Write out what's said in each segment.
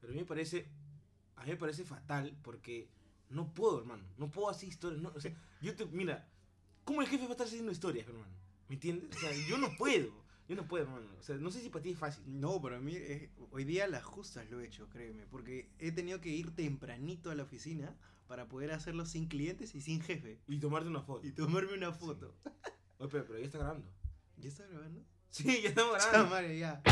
Pero a mí me parece, a mí me parece fatal porque no puedo, hermano. No puedo hacer historias. No, o sea, YouTube, mira, ¿cómo el jefe va a estar haciendo historias, hermano? ¿Me entiendes? O sea, yo no puedo. Yo no puedo, hermano. O sea, no sé si para ti es fácil. No, pero a mí eh, hoy día las justas lo he hecho, créeme, porque he tenido que ir tempranito a la oficina para poder hacerlo sin clientes y sin jefe Y tomarte una foto. y tomarme una foto. Oye, pero, pero ya está grabando. ¿Ya está grabando? Sí, ya estamos Ah, grabando. madre, ya.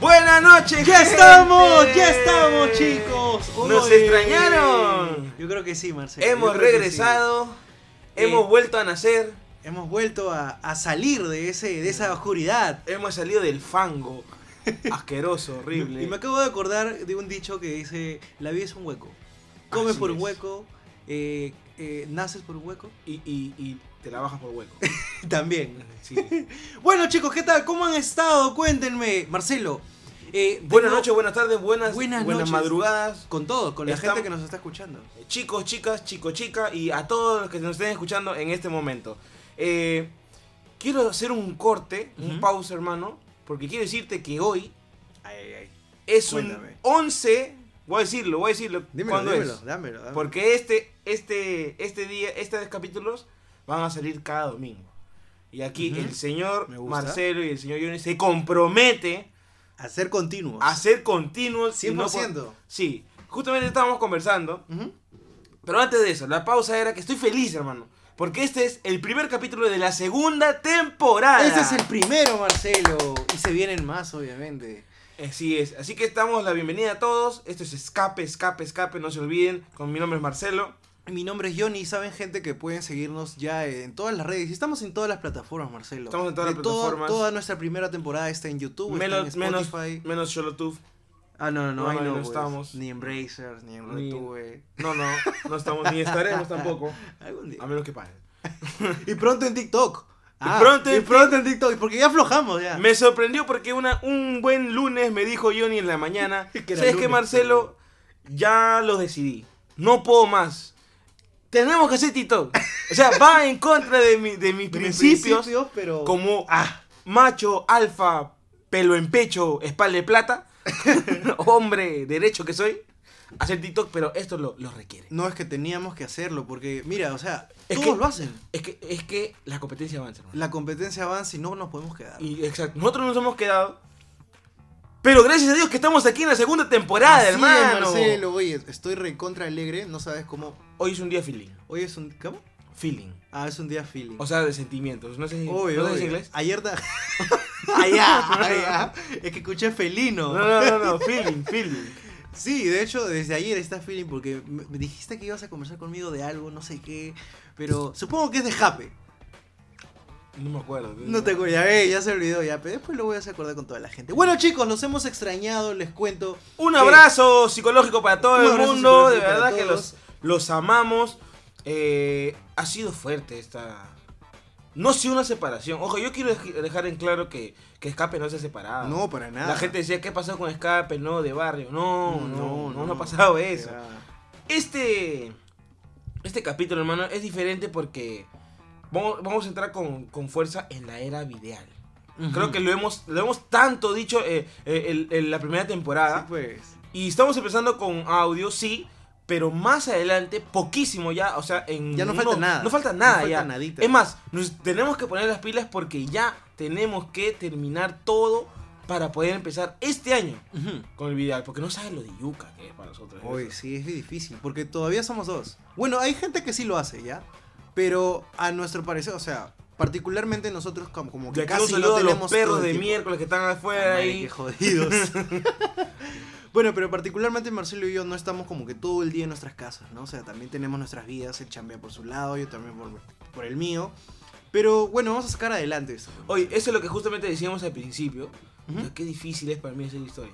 Buenas noches, ¡Ya gente! estamos! ¡Ya estamos, chicos! Nos Oye. extrañaron. Yo creo que sí, Marcelo. yo Hemos creo que sí. regresado, Eh. hemos vuelto a nacer, Hemos vuelto a, a salir de, ese, de esa oscuridad. hemos salido del fango asqueroso, horrible. Y me acabo de acordar de un dicho que dice, la vida es un hueco. Comes Así por un es. hueco, eh, eh, naces por un hueco. Y, y- y te la bajas por hueco. También. Sí. Bueno chicos, ¿qué tal? ¿Cómo han estado? Cuéntenme, Marcelo. eh, Buenas tengo- noches, buenas tardes, buenas, Buenas buenas, noches. madrugadas. Con todos, con la Estamos- gente que nos está escuchando. Chicos, chicas, chico, chica y a todos los que nos estén escuchando en este momento. Eh, quiero hacer un corte, Ujú. un pausa, hermano, porque quiero decirte que hoy Ay, ay, ay. es Cuéntame. un 11, voy a decirlo, voy a decirlo. Dímelo, ¿cuándo dímelo, es? dámelo, dámelo. Porque este, este, este día, estos capítulos van a salir cada domingo. Y aquí Ujú. el señor Me gusta. Marcelo y el señor Johnny se compromete A ser continuos. a ser continuos. y no por- 100%. sí, justamente estábamos conversando. Ujú. Pero antes de eso, la pausa era que estoy feliz, hermano. Porque este es el primer capítulo de la segunda temporada. Este es el primero, Marcelo. Y se vienen más, obviamente. Así es. Así que estamos la bienvenida a todos. Esto es Escape, Escape, Escape. No se olviden. Con mi nombre es Marcelo. Mi nombre es Johnny. Saben, gente, que pueden seguirnos ya en todas las redes. Estamos en todas las plataformas, Marcelo. Estamos en todas De las toda- plataformas. Toda, nuestra primera temporada está en YouTube, Menos, está en menos, Spotify. menos Sholotuf. Ah, no, no, no, No, ahí ahí no, no pues. estamos. Ni en Brazers, ni en Ni- RedTube. No, no, no estamos ni estaremos tampoco. Algún día. A menos que paguen. Y pronto en TikTok. Ah, pronto en y pronto en TikTok. Porque ya aflojamos ya. Me sorprendió porque una, un buen lunes me dijo Johnny en la mañana. Que era ¿Sabes qué, lunes, Marcelo? Ya lo decidí. No puedo más. Tenemos que hacer TikTok. O sea, va en contra de, mi- de mis De mis principios pero. como ah, macho, alfa, pelo en pecho, espalda de plata. hombre derecho que soy. Hacer TikTok, pero esto lo, lo requiere. No es que teníamos que hacerlo, porque, mira, o sea, Es todos que- lo hacen. Es que, es que la competencia avanza, hermano. La competencia avanza y no nos podemos quedar. Y exacto, nosotros nos hemos quedado. Pero gracias a Dios que estamos aquí en la segunda temporada, Así es, hermano. Marcelo, oye, estoy recontra alegre, no sabes cómo. Hoy es un día feeling. Hoy es un. ¿Cómo? Feeling. Ah, es un día feeling. O sea, de sentimientos. No sé si Obvio, Ah, no sé si obvio. inglés. Ayer da. allá, allá. Es que escuché felino. No, no, no, no, feeling, feeling. Sí, de hecho, desde ayer está feeling porque me me dijiste que ibas a conversar conmigo de algo, no sé qué. Pero supongo que es de Jape. No me acuerdo. No te acuerdas, ya, ve, ya se olvidó ya, pero después lo voy a hacer acordar con toda la gente. Bueno, chicos, los hemos extrañado, les cuento. Un que- abrazo psicológico para todo Un el abrazo mundo. De psicológico para verdad que todos. los, los amamos. Eh, ha sido fuerte esta. No ha sido una separación. Ojo, yo quiero dej- dejar en claro que, que Escape no se ha separado. No, para nada. Ah, La gente decía, ¿qué pasó con Escape? No, de barrio. No, no, no, no, ha pasado eso. Ya. Este, este capítulo, hermano, es diferente porque vamos, vamos a entrar con, con fuerza en la era videal. Creo Ujú. que lo hemos, lo hemos tanto dicho eh, eh, el- el- la primera temporada. Sí, pues. Y estamos empezando con audio, sí, pero más adelante, poquísimo ya, o sea, en Ya no falta uno- nada. No falta nada No falta ya. nadita. Es más, nos tenemos que poner las pilas porque ya tenemos que terminar todo para poder empezar este año Ujú. con el video, porque no saben lo de yuca que es para nosotros. Oye, eso. sí, es difícil, porque todavía somos dos. Bueno, hay gente que sí lo hace, ¿ya? Pero a nuestro parecer, o sea, particularmente nosotros como, como De aquí que un casi no saludo a tenemos los todo perros el de tiempo. miércoles que están Ah, afuera madre, ahí. qué jodidos. bueno, pero particularmente Marcelo y yo no estamos como que todo el día en nuestras casas, ¿no? O sea, también tenemos nuestras vidas, él chambea por su lado, yo también por, por el mío. Pero bueno, vamos a sacar adelante esto. Oye, eso es lo que justamente decíamos al principio. Ujú. O sea, qué difícil es para mí hacer historia.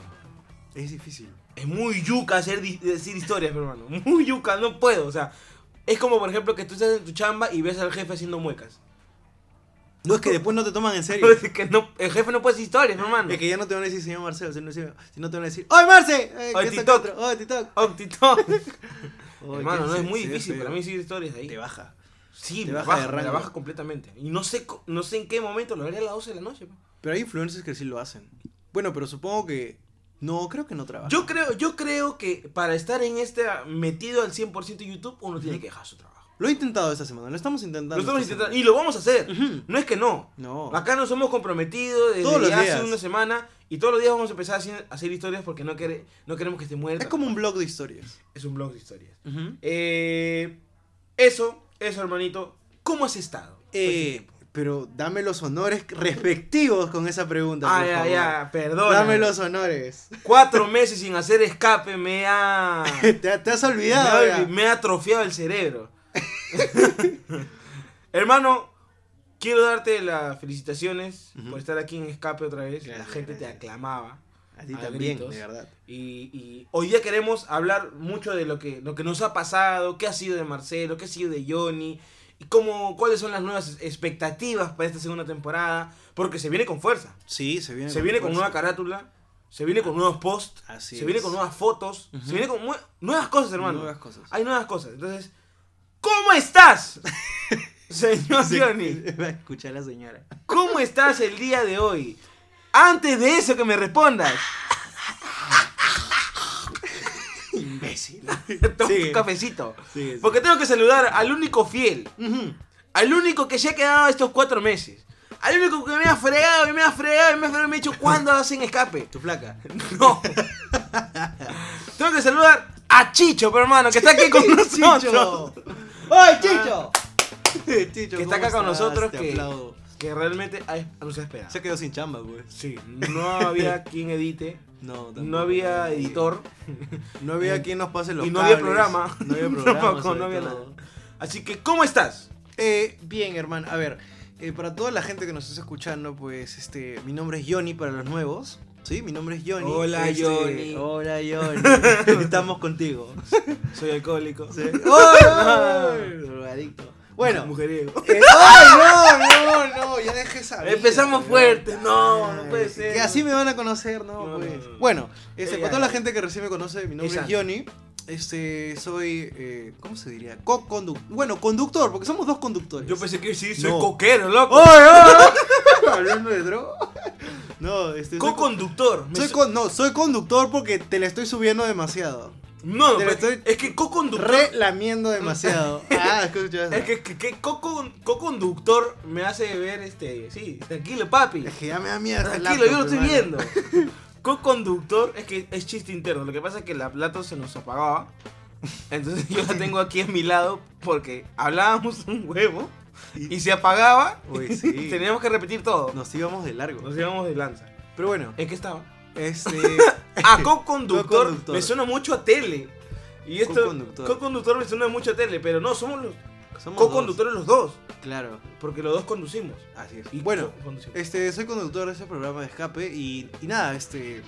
Es difícil. Es muy yuca hacer di- decir historias, hermano. Muy yuca, no puedo. O sea, es como por ejemplo que tú estás en tu chamba y ves al jefe haciendo muecas. No, es que después no te toman en serio. Es que no, el jefe no puede hacer historias, mi hermano. Es que ya no te van a decir, señor Marcelo, sino, sino te van a decir, ¡Oye, Marce! Eh, Oye, ¿qué está TikTok. contra- ¡Oye, TikTok! Oh, Tito. Oye, hermano, qué- no es sí, muy sí, difícil sí. para mí decir historias ahí. Te baja. Sí, te me baja baja, de me la rango. baja completamente. Y no sé, co- no sé en qué momento lo haré a las 12 de la noche. pues. pa. Pero hay influencers que sí lo hacen. Bueno, pero supongo que. No, creo que no trabajan. Yo creo, yo creo que para estar en este metido al 100% de YouTube, uno tiene Ujú. que dejar su trabajo. Lo he intentado esta semana, lo estamos intentando. Lo estamos esta intentando, Ah, y lo vamos a hacer. semana. Ujú. No es que no. No. Acá nos hemos comprometidos desde Todos los ya hace días. una semana y todos los días vamos a empezar a hacer, a hacer historias porque no, quere- no queremos que esté muerta. Es como un blog de historias. Es un blog de historias. Ujú. Eh, eso, eso hermanito. ¿Cómo has estado? Pues Eh, pero dame los honores respectivos con esa pregunta. Ah, por ya, favor. ya, Ah. perdón. Dame los honores. Cuatro meses sin hacer escape me ha... te, te has olvidado. me, ha ya. me ha atrofiado el cerebro. Hermano, quiero darte las felicitaciones Ujú. por estar aquí en Escape otra vez. Gracias, La gente gracias. te aclamaba. A ti a también, gritos. de verdad. Y, y hoy día queremos hablar mucho de lo que, lo que nos ha pasado, qué ha sido de Marcelo, qué ha sido de Johnny, y cómo, cuáles son las nuevas expectativas para esta segunda temporada, porque se viene con fuerza. Sí, se viene se viene con fuerza. nueva carátula, se viene con nuevos posts, Así se viene es. con nuevas fotos, Ujú. se viene con nue- nuevas cosas, hermano. Nuevas cosas. Hay nuevas cosas. Entonces, ¿cómo estás? Señor Se- Johnny, Va a escuchar la señora. ¿cómo estás el día de hoy? Antes de eso que me respondas, Imbécil. toma Sigue. un cafecito. Sí, sí. Porque tengo que saludar al único fiel, Ujú. al único que se ha quedado estos cuatro meses, al único que me ha fregado y me ha fregado y me ha fregado y me ha dicho cuándo hacen escape. Tu placa. No. tengo que saludar a Chicho, pero hermano, que está aquí con nosotros. ¡Oye, Chicho! Chicho, Que está ¿cómo acá con estás? nosotros, Te que- aplaudo. Que realmente ha- nos ha esperado. Se quedó sin chamba, güey. Sí, no había quien edite, No, tampoco. no había editor. No había quien nos pase los Eh, Y no había cables. programa. No había programa. Tampoco, sobre no había todo. nada. Así que, ¿cómo estás? Eh, bien, hermano. A ver, eh, para toda la gente que nos está escuchando, pues este, mi nombre es Johnny para los nuevos. Sí, mi nombre es Johnny. Hola, Este, Johnny. Hola, Johnny. Estamos contigo. Soy alcohólico. Sí. ¡Ay! Drogadicto. Bueno. mujeriego. Eh, ¡Ay, no, no, no! Ya dejé esa vida, Empezamos weón. fuerte, no, no puede Ay, ser. Que así me van a conocer, ¿no? No, pues. no, no. Bueno, este, Eh, para ya, toda la ya. gente que recién me conoce, mi nombre es Exacto. Johnny. Este, soy, eh, ¿cómo se diría? Co-conductor. Bueno, conductor, porque somos dos conductores. Yo pensé que sí, soy No. coquero, loco. ¡Ay, ay, ay! Hablando de droga. No, este. soy co- Co-conductor. Me soy su- con- no, soy conductor porque te la estoy subiendo demasiado. No, no, Te pero lo estoy- es que co-conductor. Re lamiendo demasiado. Ah, escucha. Es que, que, que co-con- co-conductor me hace ver este. Sí, tranquilo, papi. Es que ya me da mierda. el Tranquilo, yo lo laptop, estoy hermano. viendo. Co-conductor es que es chiste interno. Lo que pasa es que la plato se nos apagaba. Entonces yo la tengo aquí a mi lado porque hablábamos un huevo y se apagaba. Uy, sí. Teníamos que repetir todo. Nos íbamos de largo. Nos Eh, íbamos de lanza. Pero bueno, ¿En qué estaba? este. Ah, co-conductor Co-conductor. me suena mucho a tele. Y esto, Co-conductor. co-conductor me suena mucho a tele, pero no, somos los somos co-conductores los dos, dos, Claro, porque los dos conducimos. así es. Y bueno, co-conducimos. este, soy conductor de ese programa de escape y, y nada, este.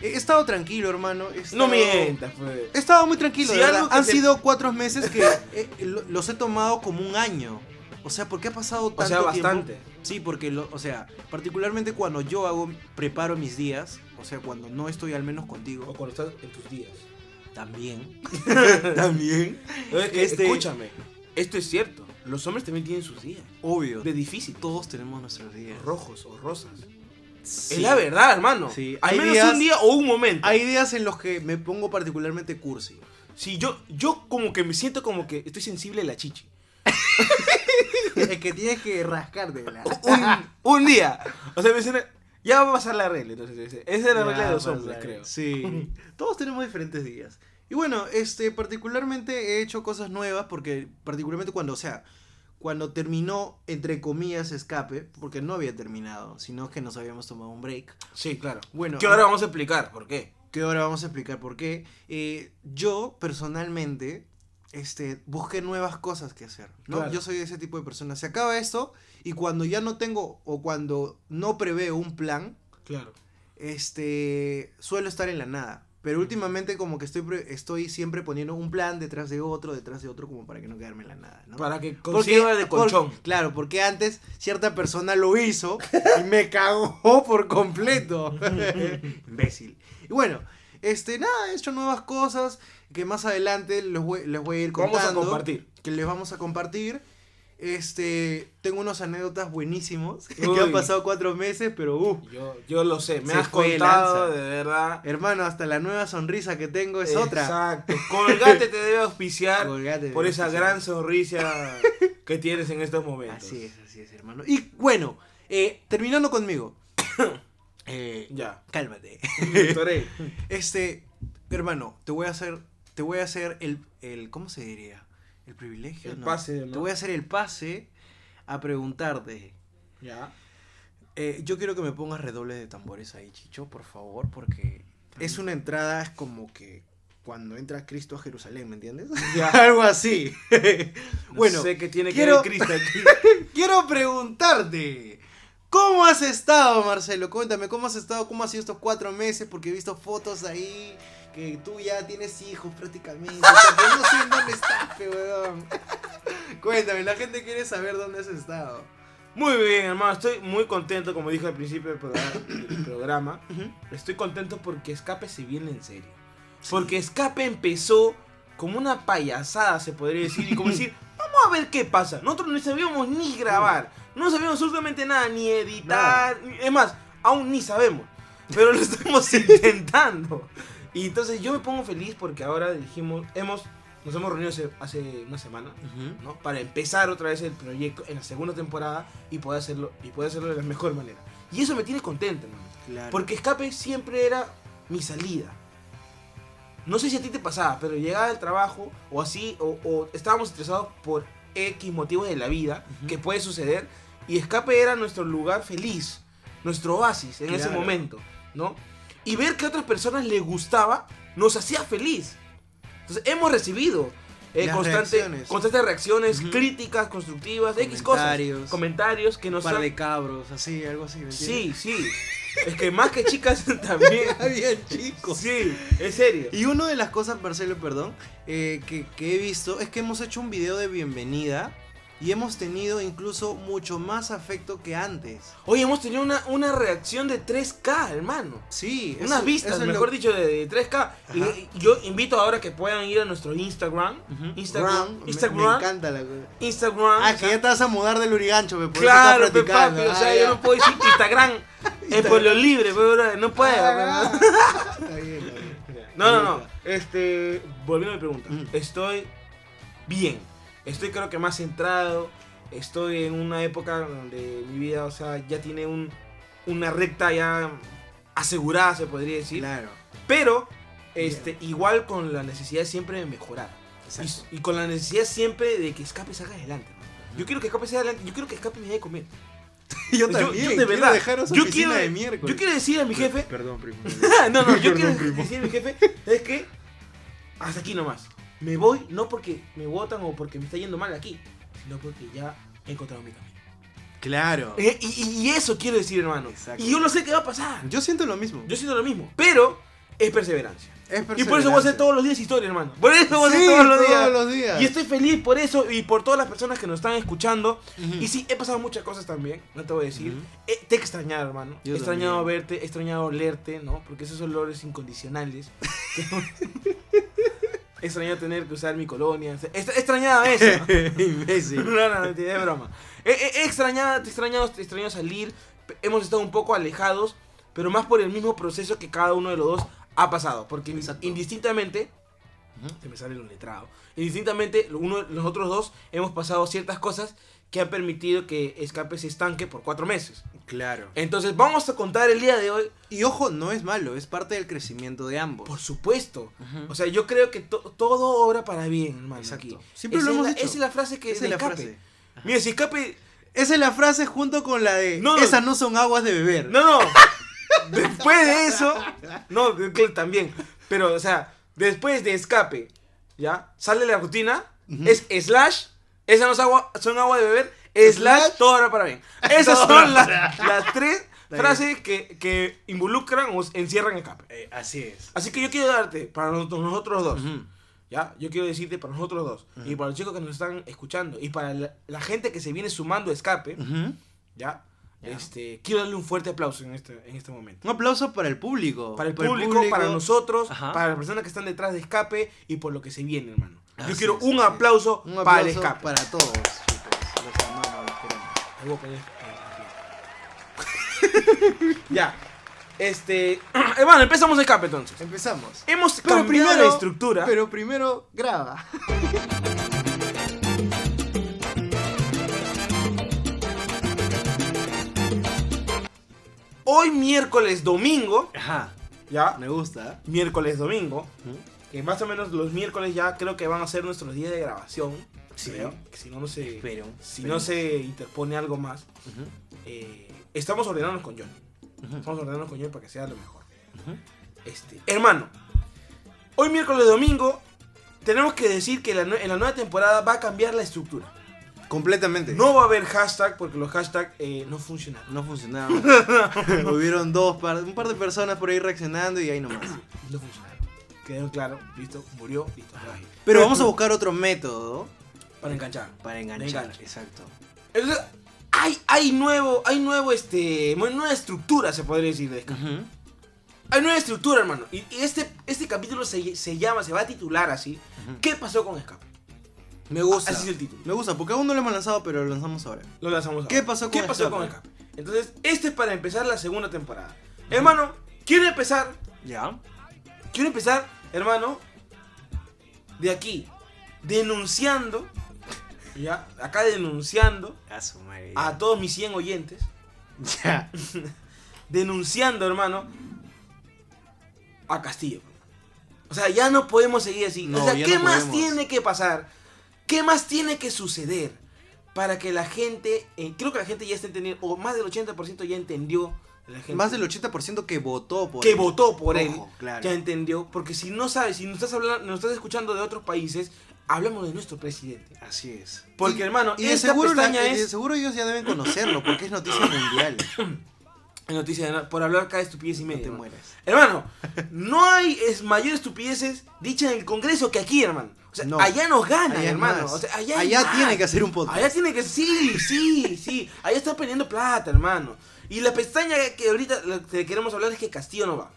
He he estado tranquilo, hermano. he no estado- mientas, pues. He estado muy tranquilo, Si de verdad. algo que Han te- sido cuatro meses que eh, lo- los he tomado como un año. O sea, porque ha pasado tanto O sea, tiempo? bastante. Sí, porque, lo, o sea, particularmente cuando yo hago, preparo mis días, o sea, cuando no estoy al menos O contigo, cuando estás en tus días. también. también. Entonces, que, Este- Escúchame, esto es cierto. Los hombres también tienen sus días. Obvio. De difícil. Todos tenemos nuestros días. Rojos o rosas. Sí. Es la verdad, hermano. Sí, Al hay menos días- un día o un momento. Hay días en los que me pongo particularmente cursi. Sí, yo, yo como que me siento como que estoy sensible a la chichi. es que tienes que rascarte. un, un día. O sea, me dicen, ya va a pasar la regla. Entonces, dice, esa es la regla de los hombres, creo. Sí. Todos tenemos diferentes días. Y bueno, este, particularmente he hecho cosas nuevas porque particularmente cuando, o sea, cuando terminó, entre comillas, escape, porque no había terminado, sino que nos habíamos tomado un break. Sí, claro. Bueno, Que ahora vamos a explicar por qué. que ahora vamos a explicar por qué. Eh, yo personalmente este, busqué nuevas cosas que hacer. ¿no? Claro. Yo soy de ese tipo de persona. Se acaba esto y cuando ya no tengo o cuando no preveo un plan, Claro. este, suelo estar en la nada. Pero últimamente como que estoy, pre- estoy siempre poniendo un plan detrás de otro, detrás de otro, como para que no quedarme en la nada, ¿no? Para que Porque- consiga de por- colchón. claro, porque antes cierta persona lo hizo y me cagó por completo. Imbécil. Y bueno, este, nada, he hecho nuevas cosas que más adelante los voy- les voy a ir contando. Vamos a compartir. Que les vamos a compartir. Este, tengo unas anécdotas buenísimos Uy. que han pasado cuatro meses, pero uh, Yo, yo lo sé, me Se has fue de contado lanza. de verdad. hermano, hasta la nueva sonrisa que tengo es otra. Exacto. Colgate te debe auspiciar Colgate, por ¿no? esa Sí, sí. gran sonrisa que tienes en estos momentos. Así es, así es, hermano. Y bueno, eh, terminando conmigo. Eh, Ya. cálmate. Doctoré. Este, hermano, te voy a hacer, te voy a hacer el, el ¿cómo se diría? El privilegio. El ¿no? pase, ¿no? Te voy a hacer el pase a preguntarte. Ya. Eh, yo quiero que me pongas redoble de tambores ahí, Chicho, por favor, porque es una entrada es como que cuando entra Cristo a Jerusalén, ¿me entiendes? Ya. Algo así. bueno, No sé qué tiene quiero- que ver Cristo aquí. quiero preguntarte. ¿Cómo has estado, Marcelo? Cuéntame, ¿cómo has estado? ¿Cómo has sido estos cuatro meses? Porque he visto fotos ahí que tú ya tienes hijos prácticamente. o sea, que no sé en dónde estás, pe, weón. Cuéntame, la gente quiere saber dónde has estado. Muy bien, hermano. Estoy muy contento, como dije al principio del programa- del programa. Estoy contento porque Escape se viene en serio. Porque Escape empezó como una payasada, se podría decir, y como decir, vamos a ver qué pasa. Nosotros no sabíamos ni grabar, no sabíamos absolutamente nada, ni editar, ni- es más, aún ni sabemos. Pero lo estamos intentando. Y entonces yo me pongo feliz porque ahora dijimos, hemos, nos hemos reunido hace, hace una semana, ¿no? Para empezar otra vez el proyecto en la segunda temporada y poder hacerlo, y poder hacerlo de la mejor manera. Y eso me tiene contento, hermano. Claro. Porque escape siempre era mi salida. No sé si a ti te pasaba, pero llegaba del trabajo o así, o, o estábamos estresados por X motivos de la vida Ujú. que puede suceder. Y escape era nuestro lugar feliz, nuestro oasis en ese Claro. momento, ¿no? Y ver que a otras personas les gustaba nos hacía feliz. Entonces hemos recibido eh, Las constante- reacciones. constantes reacciones, Ujú. críticas, constructivas, X cosas. Comentarios. Comentarios que un nos par han- de cabros, así, algo así. ¿me entiendes? Sí, sí. Es que más que chicas también. Había chicos. Sí, es serio. Y una de las cosas, Marcelo, perdón, eh, que, que he visto es que hemos hecho un video de bienvenida y hemos tenido incluso mucho más afecto que antes. Oye, hemos tenido una, una reacción de 3K, hermano. Sí, eso- Unas vistas, eso es lo- mejor dicho, de, de 3K. Y- Ajá. y yo invito ahora que puedan ir a nuestro Instagram. Ujú. Instagram. Ram, me- Instagram. Me, encanta la cosa. Instagram. Ah, o que sea, ya te vas a mudar del Urigancho, me por eso Claro, estás pe, papi, practicando. o sea, Ah, yo ya. no puedo decir Instagram es por lo libre, pe, bro, no puedo. Ah, pe. está bien, está bien. No, no, no. Este, volviendo a mi pregunta, Mm. estoy bien. Estoy creo que más centrado. Estoy en una época donde mi vida, o sea, ya tiene un, una recta ya asegurada, se podría decir. Claro. Pero, este, igual con la necesidad siempre de mejorar. Exacto. Y, y con la necesidad siempre de que escape salga adelante. ¿no? Yo quiero que escape salga adelante. Yo quiero que escape me dé de comer. Yo yo- también. yo de quiero verdad, dejaros yo oficina quiero- de miércoles. Yo quiero decir a mi jefe Perdón, primo. no, no, yo Perdón, quiero primo. decir a mi jefe, ¿sabes qué? Hasta aquí nomás. Me voy no porque me votan o porque me está yendo mal aquí, sino porque ya he encontrado mi camino. Claro. Eh, y, y- y eso quiero decir, hermano. Exacto. Y yo no sé qué va a pasar. Yo siento lo mismo. Yo siento lo mismo, pero es perseverancia. Es Y por eso voy a hacer perseverancia. todos los días historia, hermano. Por eso voy a hacer Sí, todos los días. días. Y estoy feliz por eso y por todas las personas que nos están escuchando. Ujú. Y sí, he pasado muchas cosas también, no te voy a decir. Ujú. Eh, te he extrañado, hermano. Yo he extrañado también. verte, he extrañado olerte, ¿no? Porque esos olores incondicionales. he extrañado tener que usar mi colonia. o sea, He, he extrañado eso. Imbécil. No, no, mentira, es broma. He, he- he extrañado, te he extrañado, te he extrañado salir. P- Hemos estado un poco alejados, pero más por el mismo proceso que cada uno de los dos ha pasado. Porque in- Exacto. indistintamente, se me sale lo letrado, indistintamente, lo- uno, los otros dos hemos pasado ciertas cosas que han permitido que Escape se estanque por cuatro meses. Claro. Entonces vamos a contar el día de hoy, Y ojo, no es malo, es parte del crecimiento de ambos. por supuesto. Ujú. O sea, yo creo que to- todo obra para bien, hermano. Exacto. aquí. Siempre Esa lo es hemos la- dicho. Esa es la frase que Esa es la frase. Mira, si escape Esa es la frase junto con la de No, no. esas no son aguas de beber. No, no. Después de eso. No, de- que también. Pero, o sea, después de escape, ¿ya? Sale la rutina. Ujú. Es slash. Esas no es agua, son agua de beber. Slash, Slash. todo ahora para bien. Esas Todo son las, las tres bien. Frases que, que involucran o encierran escape. Eh, así es. Así que yo quiero darte, para nosotros, nosotros dos, Ujú. ¿ya? Yo quiero decirte para nosotros dos, y Ujú. para los chicos que nos están escuchando, y para la, la gente que se viene sumando a escape, Ujú. ¿ya? Ya. Este, quiero darle un fuerte aplauso en este, en este momento. Un aplauso para el público. Para el público, para nosotros, Ajá. para las personas que están detrás de escape y por lo que se viene, hermano. Así yo quiero es, un, así es. aplauso Un aplauso para el escape. para todos, chicos. Los amamos, los queremos. Ahí voy a poner- ya. Este. Hermano, empezamos escape entonces. Empezamos. Hemos Pero cambiado primero- la estructura. Pero primero graba. Hoy miércoles domingo. Ajá. Ya. Me gusta. Miércoles domingo. Ujú. Que más o menos los miércoles ya creo que van a ser nuestros días de grabación. Sí. creo, que si no, no se. Pero. Si no se interpone algo más. Ujú, eh, estamos ordenándonos con John. ujú, Estamos ordenándonos con John para que sea lo mejor. ujú. Este, hermano, hoy miércoles domingo tenemos que decir que la nue- en la nueva temporada va a cambiar la estructura. Completamente. No va a haber hashtag porque los hashtags eh, no funcionaron. No funcionaba. Hubieron dos, par- un par de personas por ahí reaccionando y ahí nomás. No funcionaron. Quedaron claro, listo, murió, listo. ya va. Pero vamos a buscar otro método Para enganchar. para De enganchar. enganche. Exacto. Entonces, hay, hay nuevo, hay nuevo, este, mu- nueva estructura se podría decir. de- Ujú. Hay nueva estructura, hermano. Y, y este, este capítulo se, se llama, se va a titular así. Ujú. ¿Qué pasó con Escape? Me gusta. Así es el título. Me gusta, porque aún no lo hemos lanzado, pero lo lanzamos ahora. Lo lanzamos ¿Qué ahora. pasó con ¿Qué el pasó Escape? con el Escape? Entonces, este es para empezar la segunda temporada. Hermano, quiero empezar, Ya. quiero empezar, hermano, de aquí, denunciando, ya, acá denunciando A su madre. a todos mis 100 oyentes, Ah, Ya. denunciando, hermano, a Castillo. O sea, ya no podemos seguir así. No, o sea, ya ¿qué no más podemos. tiene que pasar? ¿Qué más tiene que suceder para que la gente, eh, creo que la gente ya está entendiendo, o más del 80% ya entendió, la gente Más del 80% que votó por que él. votó por Ojo, él, claro. ya entendió, porque si no sabes, si nos estás, hablando, nos estás escuchando de otros países, hablamos de nuestro presidente. Así es. Porque, Y- hermano, y de esta seguro, la- pestaña y de es- seguro ellos ya deben conocerlo, porque es noticia mundial. En Noticias de Na- por hablar cada estupidez y No media. te hermano. mueras. Hermano, no hay es mayor estupideces dicha en el Congreso que aquí, hermano. O sea, No. allá nos ganan, Allá es hermano. más. O sea, allá hay Allá más. tiene que hacer un podcast. Allá tiene que. Sí, sí, sí. Allá están perdiendo plata, hermano. Y la pestaña que ahorita la que queremos hablar es que Castillo no va.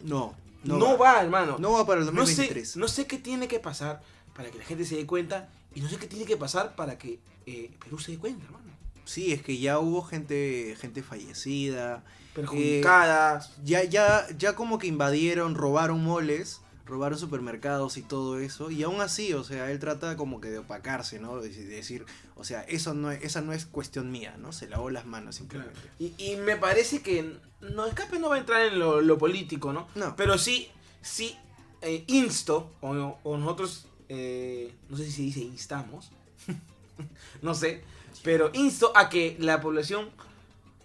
No, No, no, va. hermano. No va para el No sé, 2023. no sé qué tiene que pasar para que la gente se dé cuenta. Y no sé qué tiene que pasar para que eh, Perú se dé cuenta, hermano. Sí, es que ya hubo gente, gente fallecida. Perjudicadas. Ya, ya, ya como que invadieron, robaron moles, robaron supermercados y todo eso. Y aún así, o sea, él trata como que de opacarse, ¿no? De de decir, o sea, eso no es, esa no es cuestión mía, ¿no? Se lavó las manos Claro. simplemente. Y, y me parece que no escape no va a entrar en lo, lo político, ¿no? No. Pero sí, sí eh, insto, o, o nosotros, eh, no sé si se dice instamos, no sé, pero insto a que la población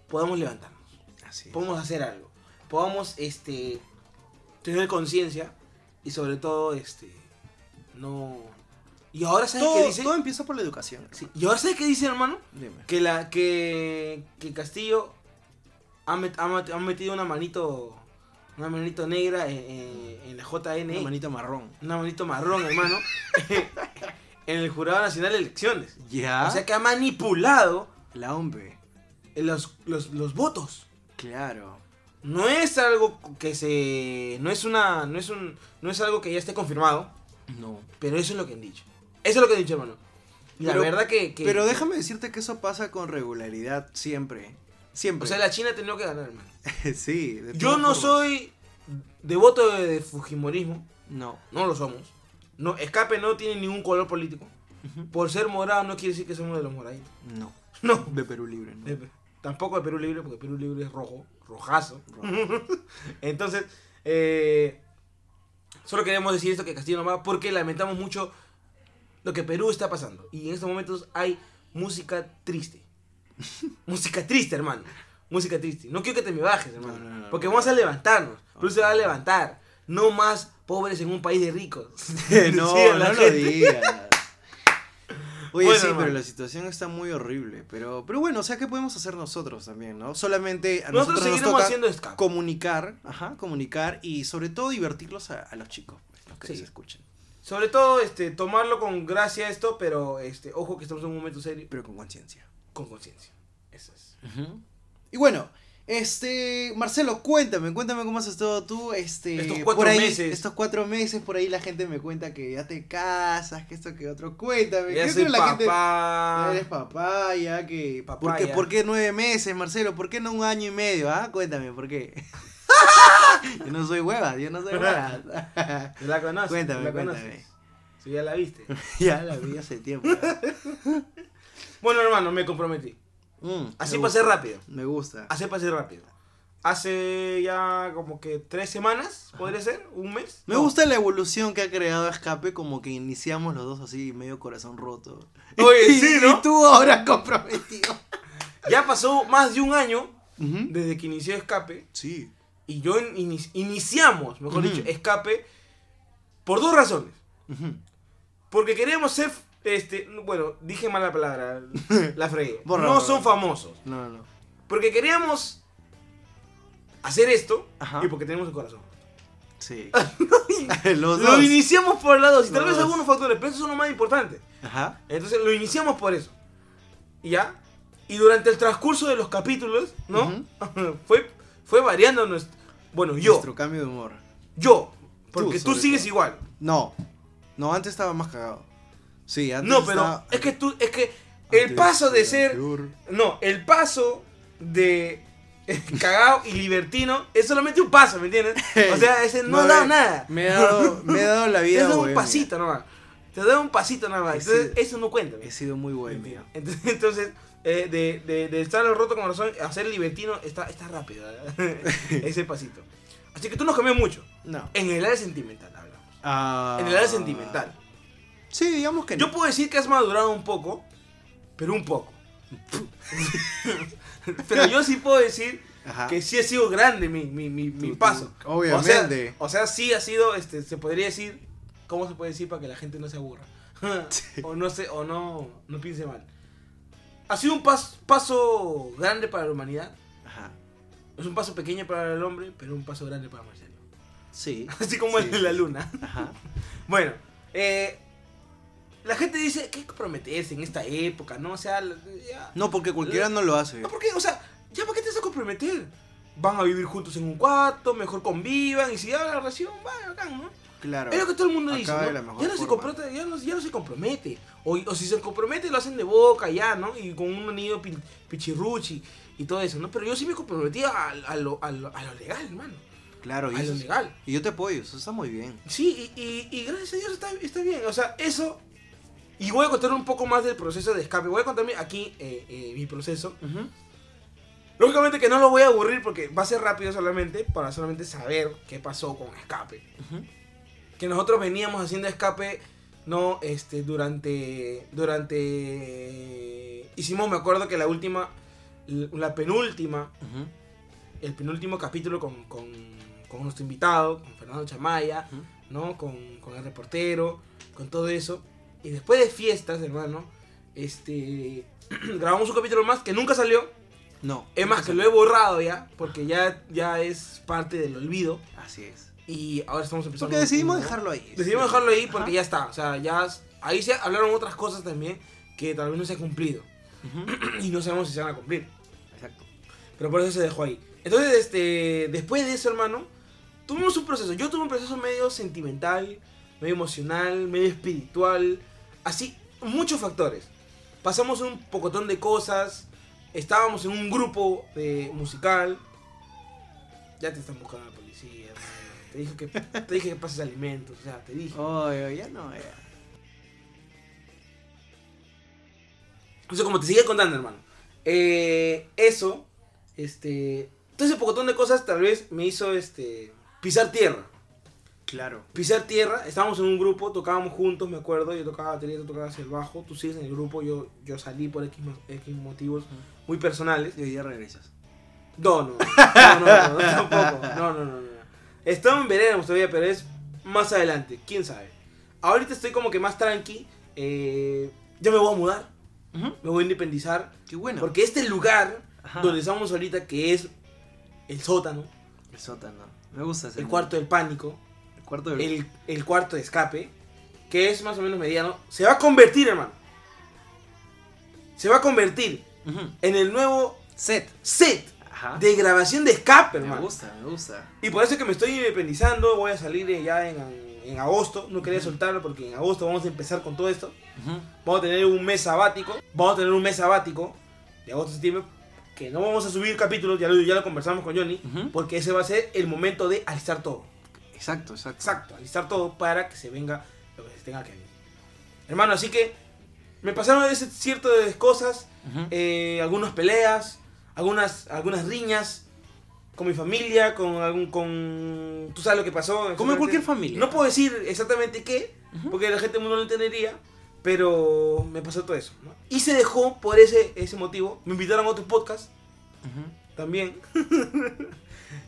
podamos levantarnos, Así es. podamos hacer algo, podamos este, tener conciencia y sobre todo, este, no... Y ahora sabes qué Todo, dice... todo empieza por la educación. Sí, y ahora sabes qué dice, hermano, Dime. que la que, que Castillo ha, met- ha met- ha metido una manito una manito negra en, en- en la JNE, Una una, manita marrón. manito marrón, hermano, en el Jurado Nacional de Elecciones. Ya. O sea que ha manipulado la hombre. los, los, los votos. Claro. No es algo que se no es una no es un no es algo que ya esté confirmado, No. pero eso es lo que han dicho. Eso es lo que han dicho, hermano. Y la Pero- verdad que, que- Pero déjame decirte que eso pasa con regularidad siempre. Siempre. o sea, la China ha tenido que ganar, hermano. sí. de Yo todas no formas. soy devoto de, de Fujimorismo, No. no lo somos. No, escape no tiene ningún color político. Por ser morado no quiere decir que somos de los moraditos. No. No. De Perú Libre, ¿no? De- tampoco de Perú Libre, porque Perú Libre es rojo, rojazo. Rojo. Entonces, eh, solo queremos decir esto que Castillo no va, porque lamentamos mucho lo que Perú está pasando. Y en estos momentos hay música triste. música triste, hermano. Música triste. No quiero que te me bajes, hermano. No, no, no, porque no. vamos a levantarnos. Perú se va a Ok. levantar. No más pobres en un país de ricos. no, Decía la no lo gente. digas. Oye, Bueno, sí, pero hermano. la situación está muy horrible. Pero, pero bueno, o sea, ¿qué podemos hacer nosotros también, no? Solamente a Nosotros nosotros, nos seguiremos toca haciendo escape. comunicar, ajá, comunicar y sobre todo divertirlos a, a los chicos, pues, los que Sí. se escuchen. Sobre todo, este, tomarlo con gracia esto, pero este, ojo que estamos en un momento serio, Pero con conciencia. con conciencia. Eso es. Y bueno, este, Marcelo, cuéntame, cuéntame cómo has estado tú, este, Estos cuatro por ahí, meses. estos cuatro meses, por ahí la gente me cuenta que ya te casas, que esto que otro, cuéntame, Ya ¿qué soy creo la gente- papá. Ya eres papá, ya que, Ah. ¿por qué, Papaya. por qué nueve meses, Marcelo? ¿Por qué no un año y medio, ah? Cuéntame, ¿por qué? yo no soy hueva, yo no soy hueva. ¿La conoces? Cuéntame, ¿La cuéntame. conoces? Sí, ya la viste. ya la vi hace tiempo. Bueno, hermano, me comprometí. Mm, Así me pasé gusta, rápido. Me gusta. Hace pasé rápido. Hace ya como que tres semanas, podría ser, un mes. Me No. gusta la evolución que ha creado Escape, como que iniciamos los dos así, medio corazón roto. Oye, Y- sí, ¿no? Y tú ahora comprometido. Ya pasó más de un año desde que inició Escape. Sí. Y yo in- ini- iniciamos, mejor Ujú. dicho, Escape por dos razones. Ujú. Porque queremos ser, este, bueno, dije mala palabra, la fregué. Borra, no borra. son famosos. No, no. Porque queríamos hacer esto Ajá. y porque tenemos el corazón. Sí. los Lo dos. iniciamos por lados y tal Los vez dos. algunos factores, pero esos son los más importantes. Ajá. Entonces lo iniciamos por eso. ¿Y ¿Ya? Y durante el transcurso de los capítulos, ¿no? fue, fue variando nuestro... Bueno, yo. Nuestro cambio de humor. Yo. Porque tú, sobre sigues todo. igual. No. No, antes estaba más cagado. Sí, antes No, pero estaba- es que tú, es que el antes paso de era ser... peor. No, el paso de cagao y libertino es solamente un paso, ¿me entiendes? O sea, ese no, No, ha dado eh, nada. Me he dado, me he dado la Te vida. has dado un bohemia. pasito nomás. Te has dado un pasito nomás. He Entonces, sido- eso no cuenta. ¿me He sido muy bohemio. Entonces, entonces, eh, de, de, de estar al roto con razón, a ser libertino está, está rápido. ¿verdad? Ese pasito. Así que tú nos cambias mucho. No. En el área sentimental hablamos. Ah. En el área sentimental. Sí, digamos que no. Yo puedo decir que has madurado un poco, pero un poco. pero yo sí puedo decir Ajá. que sí ha sido grande mi, mi, mi, mi Tú- tú- paso. obviamente. O sea, o sea, sí ha sido, este, se podría decir, ¿cómo se puede decir para que la gente no se aburra? o no se, o no, no piense mal. Ha sido un pas- paso grande para la humanidad. Ajá. Es un paso pequeño para el hombre, pero un paso grande para Marcelo. Sí. Así como Sí, el de la luna. Ajá. Bueno, eh, la gente dice que hay que comprometerse en esta época, ¿no? O sea, la- ya- No, porque cualquiera no lo hace. No, ¿por qué? O sea, ¿ya para qué te vas a comprometer? Van a vivir juntos en un cuarto, mejor convivan, y si ya la relación, va, bacán, ¿no? Claro. Es lo que todo el mundo dice, Acaba ¿no? de la mejor Ya no, se forma. compromete, ya, no, ya no se compromete. O, o si se compromete, lo hacen de boca, ya, ¿no? Y con un anillo pin- pichirruchi y todo eso, ¿no? Pero yo sí me comprometí a, a lo, a lo- a lo legal, hermano. Claro, y, A lo eso- legal. y yo te apoyo, eso está muy bien. Sí, y, y- y gracias a Dios está, está bien. O sea, eso... Y voy a contar un poco más del proceso de escape. Voy a contarme aquí eh, eh, mi proceso. Lógicamente que no lo voy a aburrir porque va a ser rápido solamente para solamente saber qué pasó con escape. Ujú. que nosotros veníamos haciendo escape no este durante durante hicimos me acuerdo que la última la penúltima Ujú. el penúltimo capítulo con, con, con nuestro invitado con Fernando Chamaya Ujú. no con, con el reportero con todo eso y después de fiestas hermano este grabamos un capítulo más que nunca salió No. es más que lo he borrado ya porque ya ya es parte del olvido Así es. y ahora estamos empezando Porque un- decidimos un- dejarlo ahí. Decidimos dejarlo ahí porque Ajá. ya está. O sea, ya s- ahí se hablaron otras cosas también que tal vez no se ha cumplido. Ujú. Y no sabemos si se van a cumplir. Exacto. Pero por eso se dejó ahí. Entonces, este, después de eso, hermano, tuvimos un proceso. Yo tuve un proceso medio sentimental, medio emocional, medio espiritual. Así, muchos factores. Pasamos un pocotón de cosas. Estábamos en un grupo de musical. Ya te están buscando la policía, hermano. Te dije que, te dije que pases alimentos. O sea, te dije. Oye, oye, ya no ya. O sea, como te sigue contando, hermano. Eh, eso, este. Todo ese pocotón de cosas tal vez me hizo este. pisar tierra. Claro. Pisar tierra, estábamos en un grupo, tocábamos juntos, me acuerdo, yo tocaba batería, tú tocabas el bajo, tú sigues en el grupo, yo, yo salí por X, mo- X motivos muy personales. Y hoy día regresas. No, no, no, no, no, no, tampoco. No, no, no, no. Estamos en veremos todavía, pero es más adelante, quién sabe. Ahorita estoy como que más tranqui. eh, ya me voy a mudar, Ujú. me voy a independizar. Qué bueno. Porque este lugar Ajá. donde estamos ahorita, que es el sótano, El sótano. Me gusta ese el nombre. cuarto del pánico, El cuarto del- el, el cuarto de escape, que es más o menos mediano, se va a convertir, hermano. Se va a convertir Ujú. en el nuevo Set. set Ajá. de grabación de escape, me hermano. gusta, me gusta. Y por eso es que me estoy independizando, voy a salir eh, ya en, en agosto, no quería Ujú. soltarlo porque en agosto vamos a empezar con todo esto. Ujú. Vamos a tener un mes sabático, vamos a tener un mes sabático de agosto a septiembre, que no vamos a subir capítulos, ya lo, ya lo conversamos con Johnny, Ujú. porque ese va a ser el momento de alistar todo. Exacto, exacto. Exacto, alistar todo para que se venga lo que se tenga que venir. Hermano, así que me pasaron ese cierto de cosas, Ujú. eh, algunas peleas, algunas, algunas riñas con mi familia, con algún, con... Tú sabes lo que pasó. Como en cualquier familia. No puedo decir exactamente qué, Ujú. porque la gente no lo entendería, pero me pasó todo eso. ¿no? Y se dejó por ese, ese motivo. Me invitaron a otro podcast Ujú. también.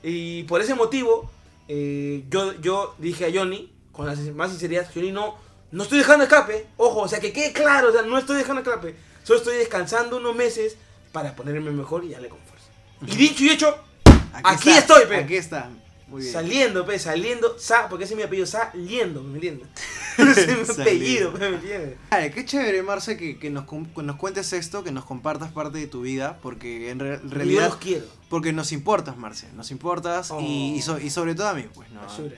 y por ese motivo, eh, yo, yo dije a Johnny, con la sin- más sinceridad, Johnny, no, no estoy dejando escape. Ojo, o sea, que quede claro, o sea, no estoy dejando escape. Solo estoy descansando unos meses para ponerme mejor y darle con fuerza. Y dicho y hecho, Aquí está, estoy, pe. Aquí está. Muy bien. saliendo, pe, saliendo, sa, porque ese es mi apellido, saliendo, ¿me entiendes? Ese es mi apellido, Saliendo. pe, ¿me entiendes? Ay, qué chévere, Marce, que, que nos, com- que nos cuentes esto, que nos compartas parte de tu vida, porque en re- Yo realidad... los quiero. Porque nos importas, Marce, nos importas Oh. y, y so- y sobre todo a mí, pues no. basura.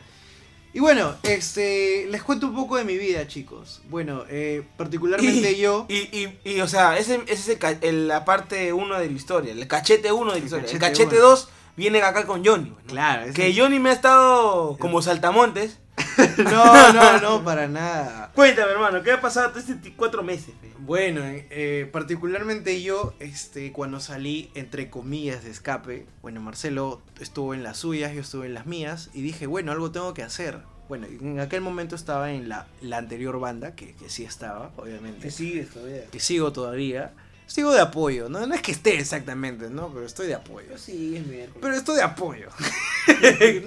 Y bueno, este, les cuento un poco de mi vida, chicos. Bueno, eh, particularmente Y- yo... Y, y, y, o sea, ese, ese es el ca- el- la parte 1 de la historia, el cachete 1 de la El historia. El cachete cachete 2 viene acá con Johnny. ¿no? Claro, es Que Johnny me ha estado como saltamontes. No, no, no, para nada. Cuéntame, hermano, ¿qué ha pasado todos estos cuatro meses? fe? Bueno, eh, eh, particularmente yo, este, cuando salí, entre comillas, de escape, bueno, Marcelo estuvo en las suyas, yo estuve en las mías, y dije, bueno, algo tengo que hacer. Bueno, y en aquel momento estaba en la, la anterior banda, que, que sí estaba, obviamente, Te sigues todavía. que sigo todavía. Sigo de apoyo, ¿no? No es que esté exactamente, ¿no? Pero estoy de apoyo. Yo sí, es miércoles. Pero estoy de apoyo.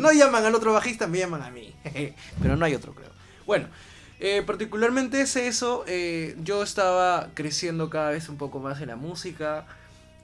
no llaman al otro bajista, me llaman a mí. Pero no hay otro, creo. Bueno, eh, particularmente es eso. eh, yo estaba creciendo cada vez un poco más en la música,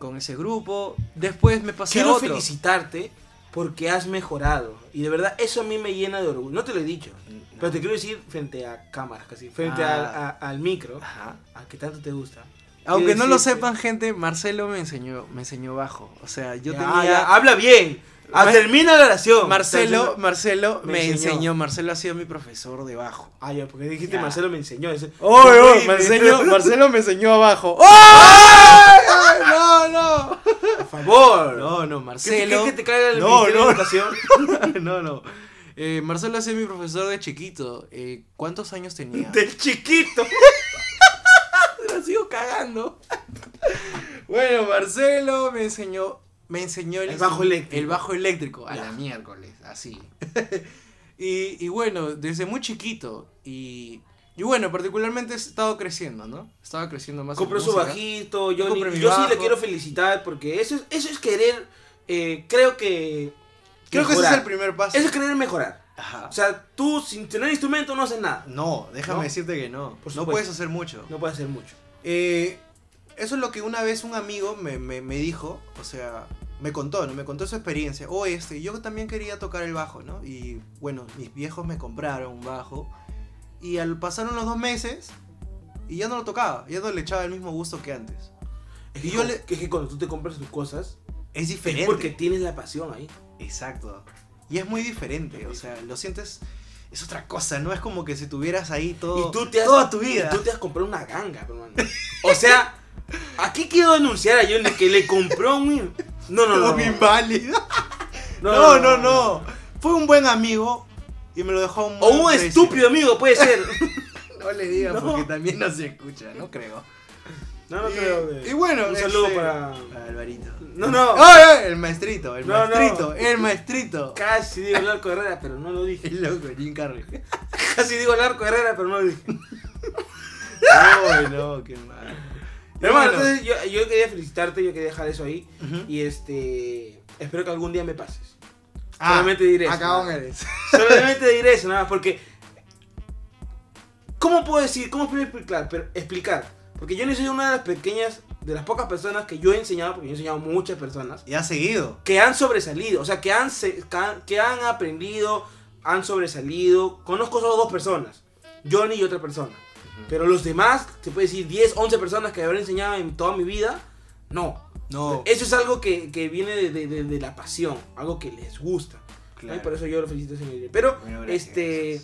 con ese grupo. Después me pasé Quiero a otro. felicitarte porque has mejorado. Y de verdad, eso a mí me llena de orgullo. No te lo he dicho. Pero te quiero decir frente a cámaras, casi. Frente Ah. al, a- al micro, Ajá. a que tanto te gusta. Aunque no lo decirte- sepan, gente, Marcelo me enseñó, me enseñó bajo. O sea, yo Ya, tenía. ya, habla bien. Ah, Ma- termina la oración. Marcelo, Termina- Marcelo me, Me enseñó. enseñó. Marcelo ha sido mi profesor de bajo. Ah, ya, porque dijiste Ya. Marcelo me enseñó. eso- Oh, Yo oh, fui- me enseñó- Marcelo me enseñó abajo. ¡Oh! ¡Ay, No, no. Por favor. No, no, ¿Qué te- Marcelo. qué es que te caiga el No, Ministerio no. de Educación? no, no. Eh, Marcelo ha sido mi profesor de chiquito. Eh, ¿Cuántos años tenía? Del chiquito. la sigo cagando. bueno, Marcelo me enseñó. Me enseñó El bajo eléctrico. El bajo eléctrico. A la Ya. miércoles, así. y, y bueno, desde muy chiquito. Y. Y bueno, particularmente he estado creciendo, ¿no? Estaba creciendo más. en Compró su música. bajito, yo, compré mi yo sí bajo. le quiero felicitar porque eso es, eso es querer, eh, creo que... Creo que ese es el mejorar. primer paso. Eso es querer mejorar. Ajá. O sea, tú sin tener instrumento no haces nada. No, déjame No. decirte que Por no. no supuesto. puedes hacer mucho. No puedes hacer mucho. Eh, eso es lo que una vez un amigo me, me- me dijo, o sea, me contó, ¿no? Me contó su experiencia. O este, yo también quería tocar el bajo, ¿no? Y bueno, mis viejos me compraron un bajo. Y al pasaron los dos meses, y ya no lo tocaba, ya no le echaba el mismo gusto que antes. Es que, Y yo con- le- es que cuando tú te compras tus cosas, Es diferente. es porque tienes la pasión ahí. Exacto. Y es muy diferente, o sea, lo sientes, es otra cosa, no es como que si tuvieras ahí todo, y tú te has, toda tu vida. y tú te has comprado una ganga, hermano. O sea, aquí quiero denunciar a Johnny que le compró un... No, no, no. Todo inválido. No, no, no. Fue un buen amigo y me lo dejó a un O buen un precio. estúpido amigo, puede ser. No le digas No. porque también no se escucha, no creo. No, no y, creo. que- y bueno, Un saludo este, para. Alvarito. No, no. ¡Ay, ay! el maestrito, el No, maestrito, no. el maestrito. Casi digo el arco Herrera, pero no lo dije. El loco, Jim Carrey. Casi digo el arco Herrera, pero no lo dije. Ay, no, qué mal. Y Hermano, bueno, entonces yo, yo quería felicitarte, yo quería dejar eso ahí. ujú. Y este. Espero que algún día me pases. Ah, solamente diré eso, Acabón nada. eres. Solamente diré eso, nada más, porque. ¿Cómo puedo decir? ¿Cómo puedo explicar? Pero, explicar Porque yo no soy una de las pequeñas, de las pocas personas que yo he enseñado, porque yo he enseñado a muchas personas, Y ha seguido. que han sobresalido, o sea, que han, se- que han- que han aprendido, han sobresalido. Conozco solo dos personas, Johnny y otra persona. Pero los demás, se puede decir 10, 11 personas que habré enseñado en toda mi vida, no. No, Eso es algo que, que viene de, de- de- de la pasión, algo que les gusta. ¿no? Y por eso yo lo felicito, señor. Iribe. Pero, Bueno, gracias. este,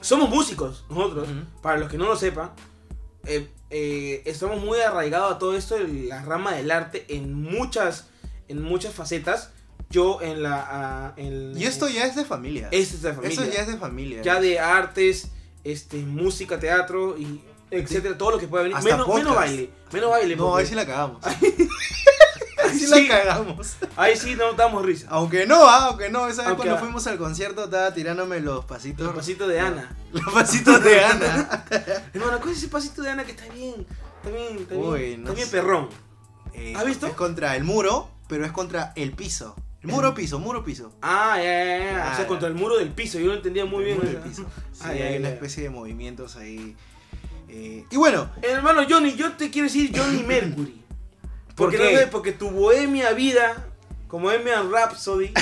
somos músicos nosotros, Ujú. para los que no lo sepan. eh, eh, estamos muy arraigados a todo esto, en la rama del arte, en muchas, en muchas facetas. Yo en la... ah, en- Y esto ya es de familia. Esta es la familia. Eso ya es de familia. Ya de artes, este, música, teatro y etcétera, todo lo que pueda venir. Hasta Menos, menos podcast. baile, menos baile. No, porque ahí sí la cagamos. ahí ahí sí sí. la cagamos. ahí sí nos damos risa. Aunque no, ah, aunque no. Esa vez Aunque cuando va. fuimos al concierto estaba tirándome los pasitos. El pasito de Ana. Los pasitos de Ana. Hermano, ¿cuál es ese pasito de Ana que está bien? Está bien, está bien. Uy, no está bien sé. perrón. Eh, ¿Has visto? Es contra el muro, pero es contra el piso. El muro piso, muro piso. Ah, ya, ya, ya. O sea, Claro. contra el muro del piso. Yo no entendía muy bien. Muro o del sea. piso. Sí, Ah, ya, hay ya, una ya. especie de movimientos ahí. eh, y bueno, Hermano Johnny, yo te quiero decir Johnny Mercury. ¿Por Porque, qué? no sé, porque tu bohemia vida, como Bohemian Rhapsody,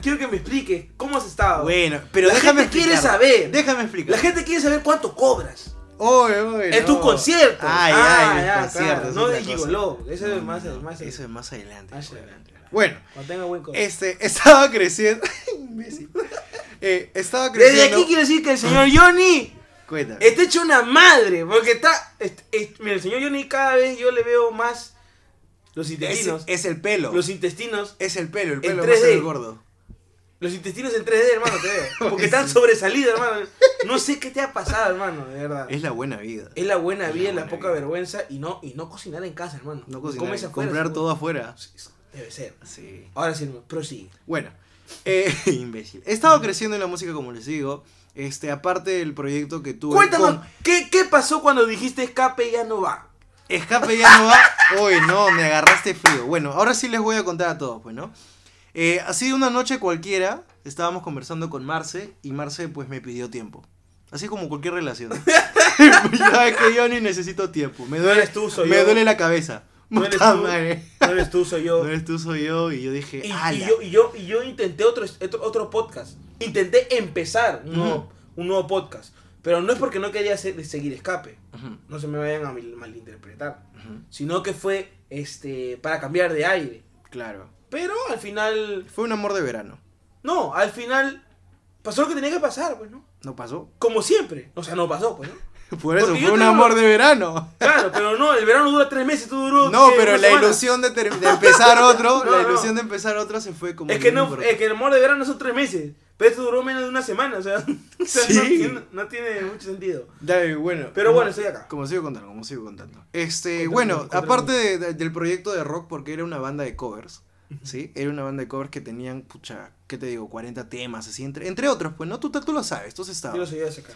quiero que me expliques cómo has estado. bueno, pero Ah. La déjame gente quiere explicar. saber. Déjame explicar. La gente quiere saber cuánto cobras. Oye, oye, En tus no. conciertos. Ay, Ah, ay, ya, los conciertos. claro. es No otra de cosa. gigoló. Eso es No, más- no, más- Eso es más adelante. Más pues. adelante, claro. Bueno, Cuando tenga buen costo. este, estaba creciendo. Imbécil. Eh, estaba Desde creciendo. aquí quiero decir que el señor Johnny Cuéntame. está hecho una madre. Porque está. est- est- mira, el señor Johnny cada vez yo le veo más los Es, intestinos. es el pelo. Los intestinos. Es el pelo, el En pelo más 3D. el gordo. Los intestinos en 3D, hermano, te veo. Porque están sobresalidos, hermano. No sé qué te ha pasado, hermano, de verdad. Es la buena vida. Es la buena Es la vida, la, buena poca vida. vergüenza y no, y no cocinar en casa, hermano. No cocinar, Comes afuera, comprar seguro. todo afuera. Sí, sí, Debe ser. Sí. Ahora sí, hermano, prosigue. Bueno, eh, imbécil. He estado creciendo en la música, como les digo. Este, aparte del proyecto que tuve. Cuéntanos, con- ¿qué, ¿qué pasó cuando dijiste escape ya no va? Escape ya no va. Uy, no, me agarraste frío. Bueno, ahora sí les voy a contar a todos, pues, ¿no? Eh, ha sido una noche cualquiera. Estábamos conversando con Marce y Marce, pues, me pidió tiempo. Así como cualquier relación. Pues, ya es que yo ni necesito tiempo. Me duele, eres tú, soy me yo. duele la cabeza. No eres Puta tú. madre. No eres tú, soy yo. No eres tú, soy yo. Y yo dije, Y, y "Ala". yo, y, yo, y yo intenté otro, otro, otro podcast. Intenté empezar un nuevo, un nuevo podcast. Pero no es porque no quería se- seguir escape. Ujú, No se me vayan a mal- malinterpretar. ujú, Sino que fue este para cambiar de aire. Claro. Pero al final. Fue un amor de verano. No, al final. Pasó lo que tenía que pasar, pues, ¿no? ¿No pasó? Como siempre. O sea, no pasó, pues, ¿no? Por eso, Porque yo fue un tengo- amor de verano. Claro, pero no, el verano dura tres meses, tú duró. No, ¿qué? pero Una la semana. ilusión de, ter- de empezar otro, No, la no. ilusión de empezar otro se fue como... Es que muy no, importante. es que el amor de verano son tres meses. Pero esto duró menos de una semana, o sea, o sea, no Sí. tiene- no, tiene mucho sentido. Dale, bueno. Pero como- bueno, estoy acá. Como sigo contando, como sigo contando. Este, Cuéntame, bueno, cuéntame. aparte de- de- del proyecto de rock, porque era una banda de covers, ¿sí? Era una banda de covers que tenían, pucha, ¿qué te digo? 40 temas, así, entre, entre otros, pues, ¿no? Tú, tú lo sabes, tú has estado. Yo lo soy de acá.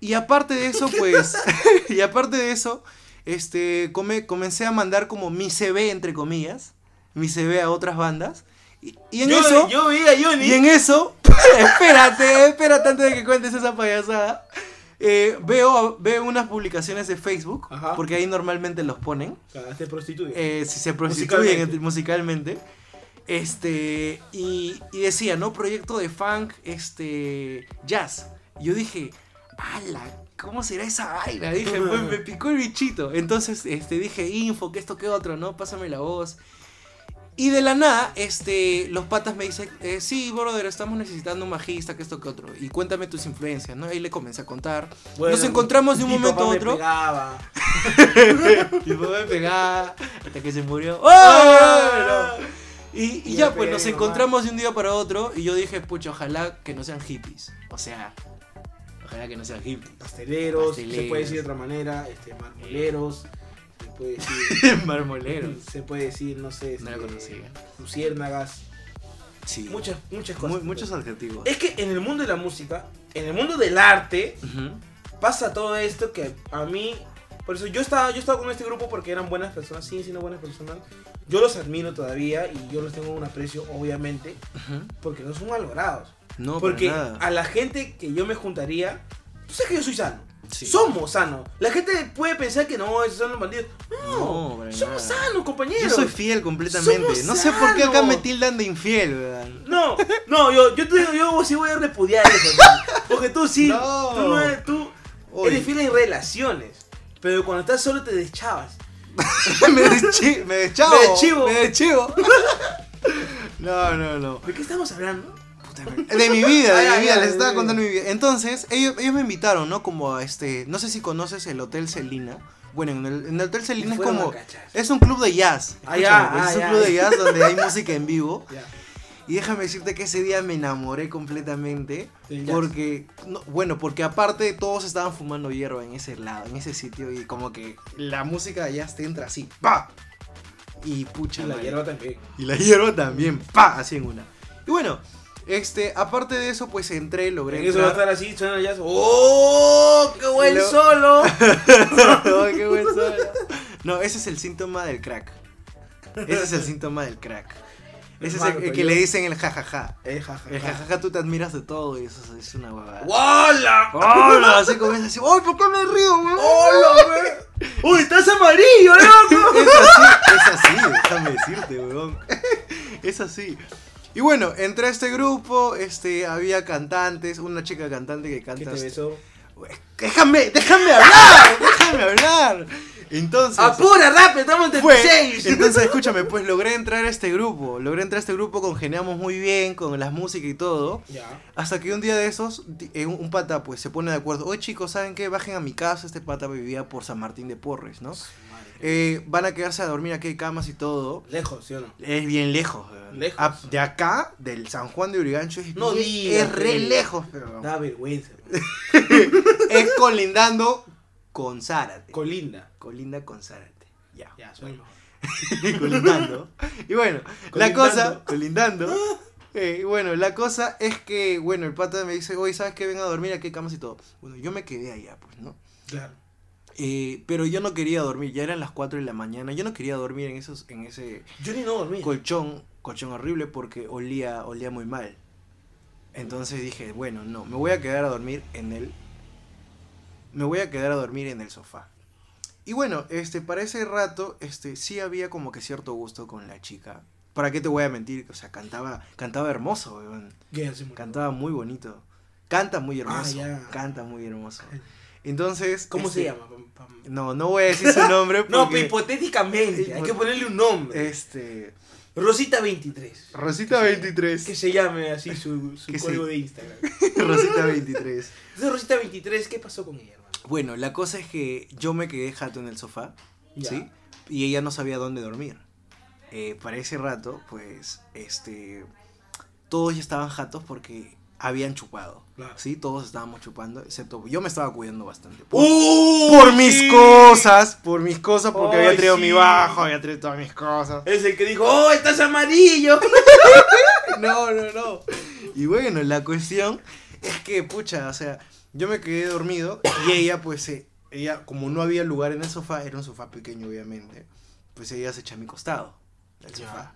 Y aparte de eso, pues. y aparte de eso, este. come- comencé a mandar como mi CV, entre comillas. Mi CV a otras bandas. Y, y en yo, eso. yo vi a Johnny. Y en eso. espérate, espérate antes de que cuentes esa payasada. eh, veo, veo unas publicaciones de Facebook. Ajá. Porque ahí normalmente los ponen. Cagaste prostituyo. eh, si se Musicalmente. prostituyen entre- musicalmente. Este. Y, y decía, ¿no? Proyecto de funk, este. jazz. Yo dije, ¡ala! ¿Cómo será esa vaina? Dije, pues me picó el bichito. Entonces, este, dije, info, que esto, que otro, ¿no? Pásame la voz. Y de la nada, este, los patas me dicen, eh, sí, brother, estamos necesitando un magista, que esto, que otro. Y cuéntame tus influencias, ¿no? Ahí le comencé a contar. Bueno, nos encontramos de un mi momento papá a me otro. pegaba. Mi papá me pegaba hasta que se murió. Ah, ¡Oh! Y, y Y ya, le pues pegué a nos mi mamá. encontramos de un día para otro y yo dije, pucha, ojalá que no sean hippies. O sea, ojalá que no sean hippies. Pasteleros, se Pasteleros. puede decir de otra manera, este, marmoleros, se puede decir, Marmoleros. se puede decir, no sé, No eh. lo este, conocía. luciérnagas, Sí. muchas, muchas Mu- cosas. muchos adjetivos. Es que en el mundo de la música, en el mundo del arte, Ujú. pasa todo esto que a mí por eso yo estaba yo estaba con este grupo porque eran buenas personas siguen siendo buenas personas yo los admiro todavía y yo los tengo un aprecio obviamente Ujú. porque no son valorados No, porque para nada. a la gente que yo me juntaría tú sabes que yo soy sano Sí. Somos sanos. La gente puede pensar que no, esos son los bandidos. No, No, para somos nada. sanos, compañeros. Yo soy fiel completamente. Somos no sé por qué acá sanos. me tildan de infiel, weón. No, no, yo, yo te digo, yo sí voy a repudiar eso. man. Porque tú sí, No. tú, no eres, tú Oye. eres fiel en relaciones. Pero cuando estás solo te deschavas. me, deschi- me deschavo. Me deschivo. Me deschivo. no, no, no. ¿De qué estamos hablando? Puta madre. De mi vida, de Ay, mi ay, vida, ay, les estaba ay. contando mi vida. Entonces, ellos, ellos me invitaron, ¿no? Como a este. No sé si conoces el Hotel Celina. Bueno, en el, en el Hotel Celina es fueron como. a cachar. Es un club de jazz. Ah, ya, Escúchame, pues, ah, es un ya. club de jazz donde hay música en vivo. Ya. Y déjame decirte que ese día me enamoré completamente. Del jazz. Porque, no, bueno, porque aparte todos estaban fumando hierba en ese lado, en ese sitio. Y como que la música de jazz te entra así, ¡pa! Y pucha, la madre. hierba también. Y la hierba también, ¡pa! Así en una. Y bueno, este, aparte de eso, pues entré, logré En eso va a entrar. estar así, suena ya. ¡Oh! ¡Qué buen Lo- solo! Ay, qué buen sol. No, ese es el síntoma del crack. Ese es el síntoma del crack. Ese es el- el, Marco, que yo- le dicen el jajaja. Eh, jajaja. El jajaja tú te admiras de todo y eso es- es una huevada. ¡Hola! ¡Hola! Así comienza así, ¡ay, por qué me río, weón?" ¡Hola, güey! ¡Uy, estás amarillo, ¿eh, loco! Es así, es así, déjame decirte, weón. Es así. Y bueno, entré a este grupo, este, había cantantes, una chica cantante ¿Qué que te canta... este- besó? Déjame, déjame hablar, déjame hablar. Entonces... ¡Apura, rápido! ¡Estamos en Pues, 36! entonces escúchame, pues logré entrar a este grupo, logré entrar a este grupo, congeniamos muy bien con las músicas y todo, Ya. hasta que un día de esos di- eh, un, un pata pues se pone de acuerdo, oye chicos, ¿saben qué? Bajen a mi casa, este pata vivía por San Martín de Porres, ¿no? Eh, van a quedarse a dormir aquí hay camas y todo. Lejos, ¿sí o no? Es bien lejos, weón. Lejos. A- de acá, del San Juan de Urigancho, es, No bien- digas, es re weón. lejos, pero Da vergüenza. man. es colindando con Zárate. Colinda. Colinda con Zárate. Ya. Ya, soy mejor. colindando. Y bueno, la Colindando. cosa, colindando. Eh, y bueno, la cosa es que, bueno, el pata me dice, oye, ¿sabes qué? Ven a dormir aquí hay camas y todo. Bueno, yo me quedé allá, pues, ¿no? Claro. Eh, pero yo no quería dormir, ya eran las 4 de la mañana, yo no quería dormir en, esos, en ese Yo ni no dormí. colchón, colchón horrible porque olía, olía muy mal. Entonces dije, bueno, no, me voy a quedar a dormir en el me voy a quedar a dormir en el sofá. Y bueno, este para ese rato este sí había como que cierto gusto con la chica. ¿Para qué te voy a mentir? O sea, cantaba cantaba hermoso, weón. ¿Qué hacemos? Cantaba muy bonito. Canta muy hermoso. Ah, ya. Eh. Canta muy hermoso. Entonces, ¿Cómo este, se llama? Pam, pam. No, no voy a decir su nombre No, porque, hipotéticamente. Hay que ponerle un nombre. este Rosita 23. Rosita Que se- 23. Que se llame así su, su Que se- código de Instagram. Rosita 23. Entonces, Rosita 23, ¿qué pasó con ella, hermano? Bueno, la cosa es que yo me quedé jato en el sofá, Ya. ¿sí? Y ella no sabía dónde dormir. Eh, para ese rato, pues, este, todos ya estaban jatos porque habían chupado, Claro. ¿sí? Todos estábamos chupando, excepto yo me estaba cuidando bastante. Por, ¡Uy, ¡Uh, por mis sí! cosas, por mis cosas, porque Ay, había traído mi sí. bajo, había traído todas mis cosas. Es el que dijo, ¡Oh, estás amarillo! No, no, no. Y bueno, la cuestión es que, pucha, o sea, yo me quedé dormido y ella, pues, se- ella, como no había lugar en el sofá, era un sofá pequeño, obviamente, pues ella se echa a mi costado, el Ya. sofá.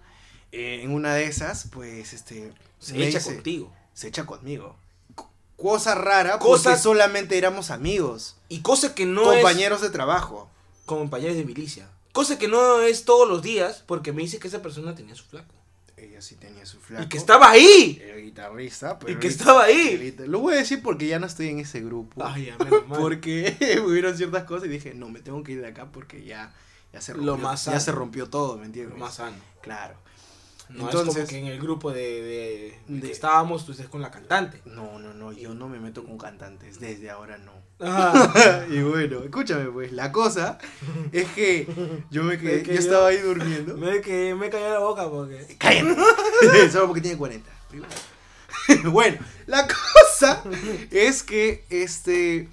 Eh, en una de esas, pues, este, Se me echa dice, contigo. se echa conmigo. Co- Cosa rara, Cosa- porque solamente éramos amigos, Y cosa que no es... compañeros de trabajo. compañeros de milicia. Cosa que no es todos los días, porque me dice que esa persona tenía su flaco. Ella sí tenía su flaco. Y que estaba ahí. Era guitarrista, pero... Y que ahorita- estaba ahí. ahorita- Lo voy a decir porque ya no estoy en ese grupo. Ay, ya, menos mal. porque hubieron ciertas cosas y dije, no, me tengo que ir de acá porque ya, ya se Lo rompió. más ya sano. se rompió todo, ¿me Lo entiendes? más sano. Claro. No es Entonces- como que en el grupo de, de- de De- que estábamos, tú estás con la cantante. No, no, no, yo no me meto con cantantes, desde ahora no. Ah, y bueno, escúchame pues, la cosa es que yo me quedé, Es que yo- yo estaba ahí durmiendo. me, que me cayó la boca porque. Cállate. Solo porque tiene 40. bueno, la cosa es que este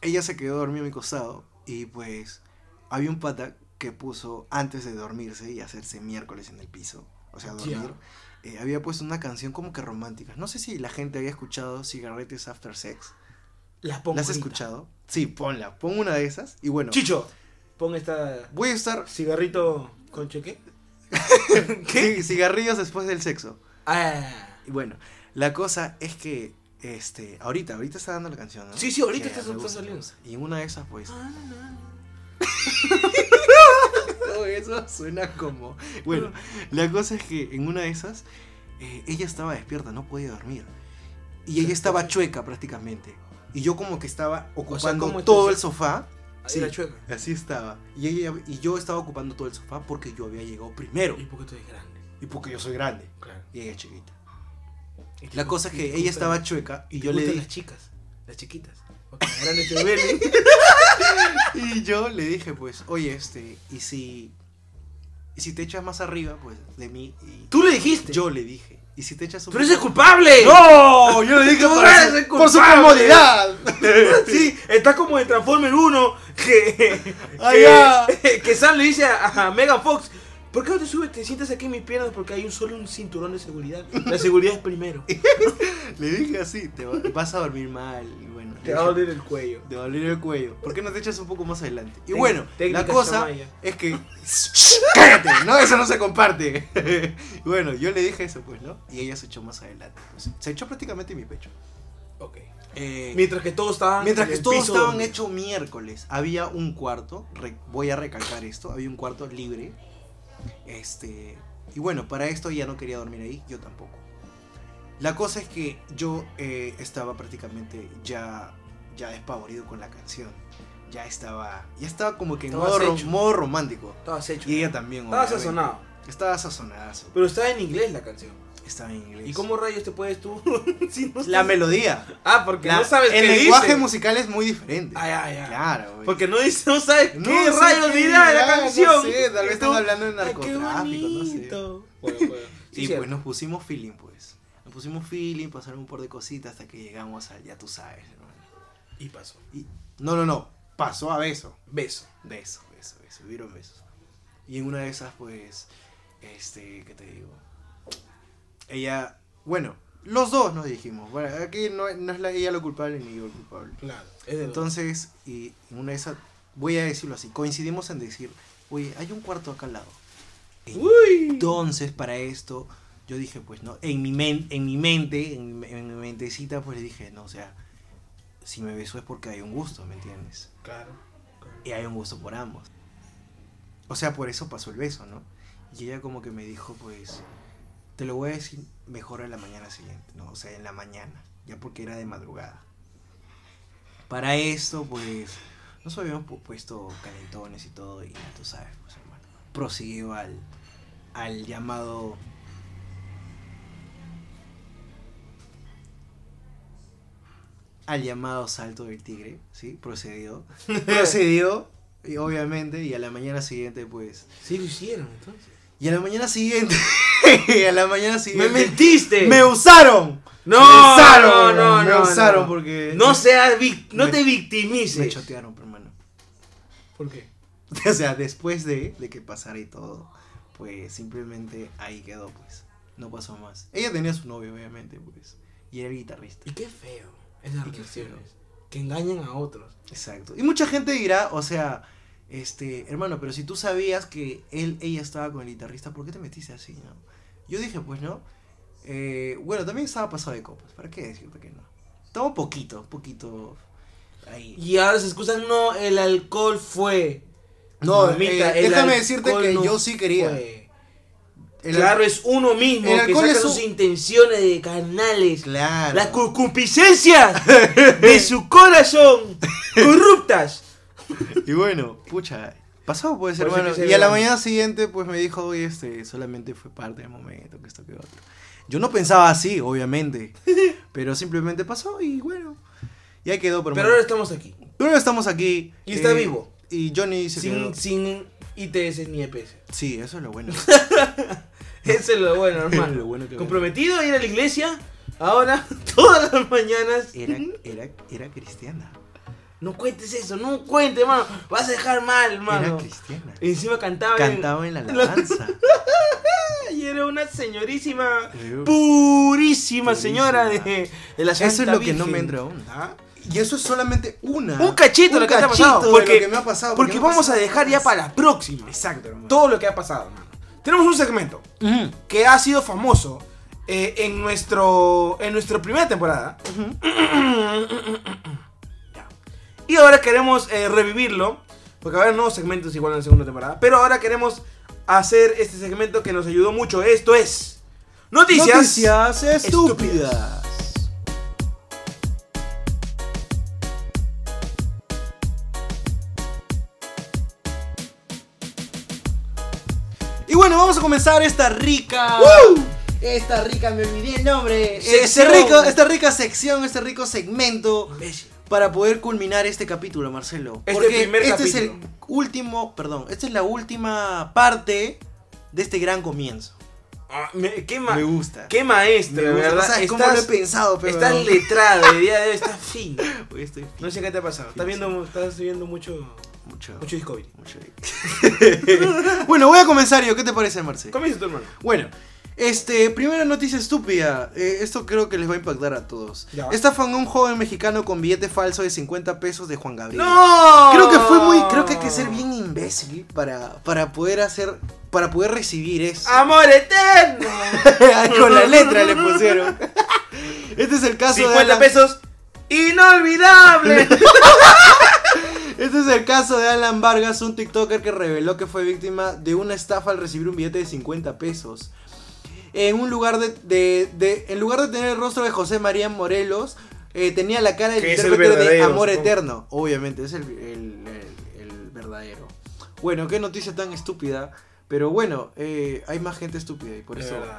ella se quedó dormida a mi costado y pues había un pata que puso antes de dormirse y hacerse miércoles en el piso, o sea, dormir. eh, había puesto una canción como que romántica. No sé si la gente había escuchado Cigarretes After Sex. Las pongo. ¿La has ahorita. escuchado? Sí, ponla. Pon una de esas y bueno. Chicho, pon esta. Voy a estar Cigarrito con cheque. ci- cigarrillos después del sexo. Ah, Y bueno, la cosa es que Este, ahorita, ahorita está dando la canción, ¿no? Sí, sí, ahorita Ya, está- me está gusta, saliendo. me gusta. Y en una de esas, pues. Ah, no, no. Todo eso suena como. Bueno, la cosa es que en una de esas, eh, ella estaba despierta, no podía dormir. Y ella estaba chueca prácticamente. Y yo como que estaba ocupando ¿cómo todo estás? el sofá. Sí. Era chueca. Así estaba. Y, ella, y yo estaba ocupando todo el sofá porque yo había llegado primero. ¿Y por qué tú eres grande? Y porque yo soy grande. Claro. Y ella es chiquita. Y te La gu- cosa es y que te ella gusta- estaba chueca y te yo le gustan dije... las chicas, las chiquitas. Porque las grandes te duelen. Y yo le dije, pues, oye, este, y si. Y si te echas más arriba, pues, de mí. Y Tú le dijiste. Yo le dije. Y si te echas un ¡Tú eres el culpable! ¡No! Yo le dije Tú para eres el por su culpable. comodidad. Sí, está como en Transformer 1 que, Ay, ya. que, que Sam le dice a, a Megan Fox, ¿por qué no te subes, te sientas aquí en mis piernas? Porque hay un solo un cinturón de seguridad. La seguridad es primero. Le dije así, te va- vas a dormir mal. Y bueno. le Te va a dije, doler el cuello. Te va a doler el cuello. ¿Por qué no te echas un poco más adelante? Y Tec- bueno, técnica la cosa chamaya. es que. ¡Cállate! No, eso no se comparte. Y bueno, yo le dije eso, pues, ¿no? Y ella se echó más adelante. pues. Se echó prácticamente en mi pecho. Eh, Mientras que todos estaban Mientras en que el todos piso estaban dormidos. hechos miércoles, había un cuarto, re- voy a recalcar esto, había un cuarto libre. Este, y bueno, para esto ya no quería dormir ahí, yo tampoco. La cosa es que yo eh, estaba prácticamente ya, ya despavorido con la canción. Ya estaba, ya estaba como que en Estabas modo, ro- hecho. modo romántico. Estabas hecho. Y ella también, Estaba obviamente. sazonado. Estaba sazonazo. Pero estaba en inglés la canción. Estaba en inglés. ¿Y cómo rayos te puedes tú? si no La estás- melodía. Ah, porque La- no sabes el qué lenguaje dice. musical es muy diferente. Ay, ay, ay. Claro, güey. Porque no dice, no sabes No qué sé rayos qué dirá de la dirá, no canción. sé, tal vez Y están tú, hablando en ay, qué narcotráfico, no sé. bonito. Bueno, bueno. Sí, y cierto. pues nos pusimos feeling, pues. Nos pusimos feeling, pasaron un par de cositas hasta que llegamos al, ya tú sabes, hermano. Y pasó. Y- no, no, no, pasó a beso. Beso. Beso, beso, beso, dieron besos. Y en una de esas, pues, este, ¿qué te digo? Ella, bueno, los dos nos dijimos, bueno, aquí no, no es la, ella lo culpable ni yo el culpable. Claro. Es de Entonces, y en una de esas, voy a decirlo así, coincidimos en decir, oye, hay un cuarto acá al lado. Uy. Entonces, para esto, yo dije, pues no, en mi, men- en mi mente, en mi, en mi mentecita, pues le dije, no, o sea, si me beso es porque hay un gusto, ¿me entiendes? Claro. Y hay un gusto por ambos. O sea, por eso pasó el beso, ¿no? Y ella como que me dijo, pues, te lo voy a decir mejor en la mañana siguiente, ¿no? O sea, en la mañana, ya porque era de madrugada. Para esto, pues, nos habíamos pu- puesto calentones y todo, y ya tú sabes, pues, hermano. Prosiguió al, al llamado... Al llamado salto del tigre, ¿sí? Procedió. Procedió, y obviamente, y a la mañana siguiente, pues... Sí lo hicieron entonces. Y a la mañana siguiente... a la mañana ¡Me siguiente... mentiste! ¡Me usaron! no, me usaron, no, bro, no, me no, usaron no. porque No seas vic- no Me- te me victimices. chotearon, hermano. ¿Por qué? O sea, después de, de que pasara y todo, pues simplemente ahí quedó, pues. No pasó más. Ella tenía su novio, obviamente, pues. Y era el guitarrista. Y qué feo esas Y qué relaciones. Que engañan a otros. Exacto. Y mucha gente dirá, o sea, este, hermano, pero si tú sabías que él, ella estaba con el guitarrista, ¿por qué te metiste así, no? Yo dije, pues no. Eh, bueno, también estaba pasado de copas. ¿Para qué decirte que no? Estaba un poquito, un poquito ahí. Y ahora se excusan, no, el alcohol fue. No, Mamita, eh, el déjame decirte alcohol que no yo sí quería. fue. El- claro, es uno mismo el que alcohol saca es un- sus intenciones de canales. Claro. Las concupiscencias de su corazón corruptas. Y bueno, pucha, pasó pues, Por eso hermano. que se Y a la vean. mañana siguiente, pues me dijo, oye, este, solamente fue parte del momento, que esto que otro. Yo no pensaba así, obviamente. pero simplemente pasó y bueno. Y ahí quedó, pero, Pero ahora estamos aquí. pero ahora estamos aquí. eh, Y está vivo. Y Johnny se quedó. Sin, sin ITS ni E EPS. Sí, eso es lo bueno. Eso es lo bueno, hermano. Lo bueno que Comprometido a ir a la iglesia. Ahora, todas las mañanas. Era, era, era cristiana. No cuentes eso, no cuentes, hermano. Vas a dejar mal, Era hermano. cristiana. Encima cantaba. en- Cantaba en la alabanza. Y era una señorísima. Pero- Purísima Purísima. señora de, de la Eso es Santa lo que no Virgen. me entra aún. ¿Ah? Y eso es solamente una. Un cachito de lo que te ha cachito pasado, de lo porque- que me ha pasado, Porque no vamos a pasa dejar ya más. para las próximas Exacto, hermano. todo lo que ha pasado, hermano. Tenemos un segmento Ujú. que ha sido famoso eh, en, nuestro, en nuestra primera temporada. Ya. Y ahora queremos eh, revivirlo, porque va a haber nuevos segmentos igual en la segunda temporada. Pero ahora queremos hacer este segmento que nos ayudó mucho. Esto es Noticias. Noticias estúpidas. Y bueno, vamos a comenzar esta rica. ¡Woo! Esta rica, me olvidé el nombre. Sección. Este rico, esta rica sección, este rico segmento. Imbécil. Para poder culminar este capítulo, Marcelo. Este porque primer este es el capítulo. último. Perdón, esta es la última parte de este gran comienzo. Ah, me- qué, ma- me gusta. qué maestro, me de gusta. verdad. No sabes cómo lo he pensado, pero. estás letrado, el día de hoy estás fino. Uy, estoy No sé qué te ha pasado. Estás viendo, estás viendo mucho, mucho. mucho Discovery. mucho. bueno, voy a comenzar yo. ¿Qué te parece, Marcelo? Comienza tu hermano. Bueno, este, primera noticia estúpida. Eh, esto creo que les va a impactar a todos. Ya. Estafan a un joven mexicano con billete falso de 50 pesos de Juan Gabriel. No. Creo que fue muy. Creo que hay que ser bien imbécil para, para poder hacer. Para poder recibir eso. Amor eterno. Con la letra le pusieron. Este es el caso de 50 Alan, pesos. Inolvidable. Este es el caso de Alan Vargas, un TikToker que reveló que fue víctima de una estafa al recibir un billete de 50 pesos. En un lugar de, de- de- en lugar de tener el rostro de José María Morelos, eh, tenía la cara del Que es el intérprete de verdadero, Amor supongo. Eterno. Obviamente, es el, el- el- el verdadero. Bueno, qué noticia tan estúpida. Pero bueno, eh, hay más gente estúpida y por Es eso. verdad.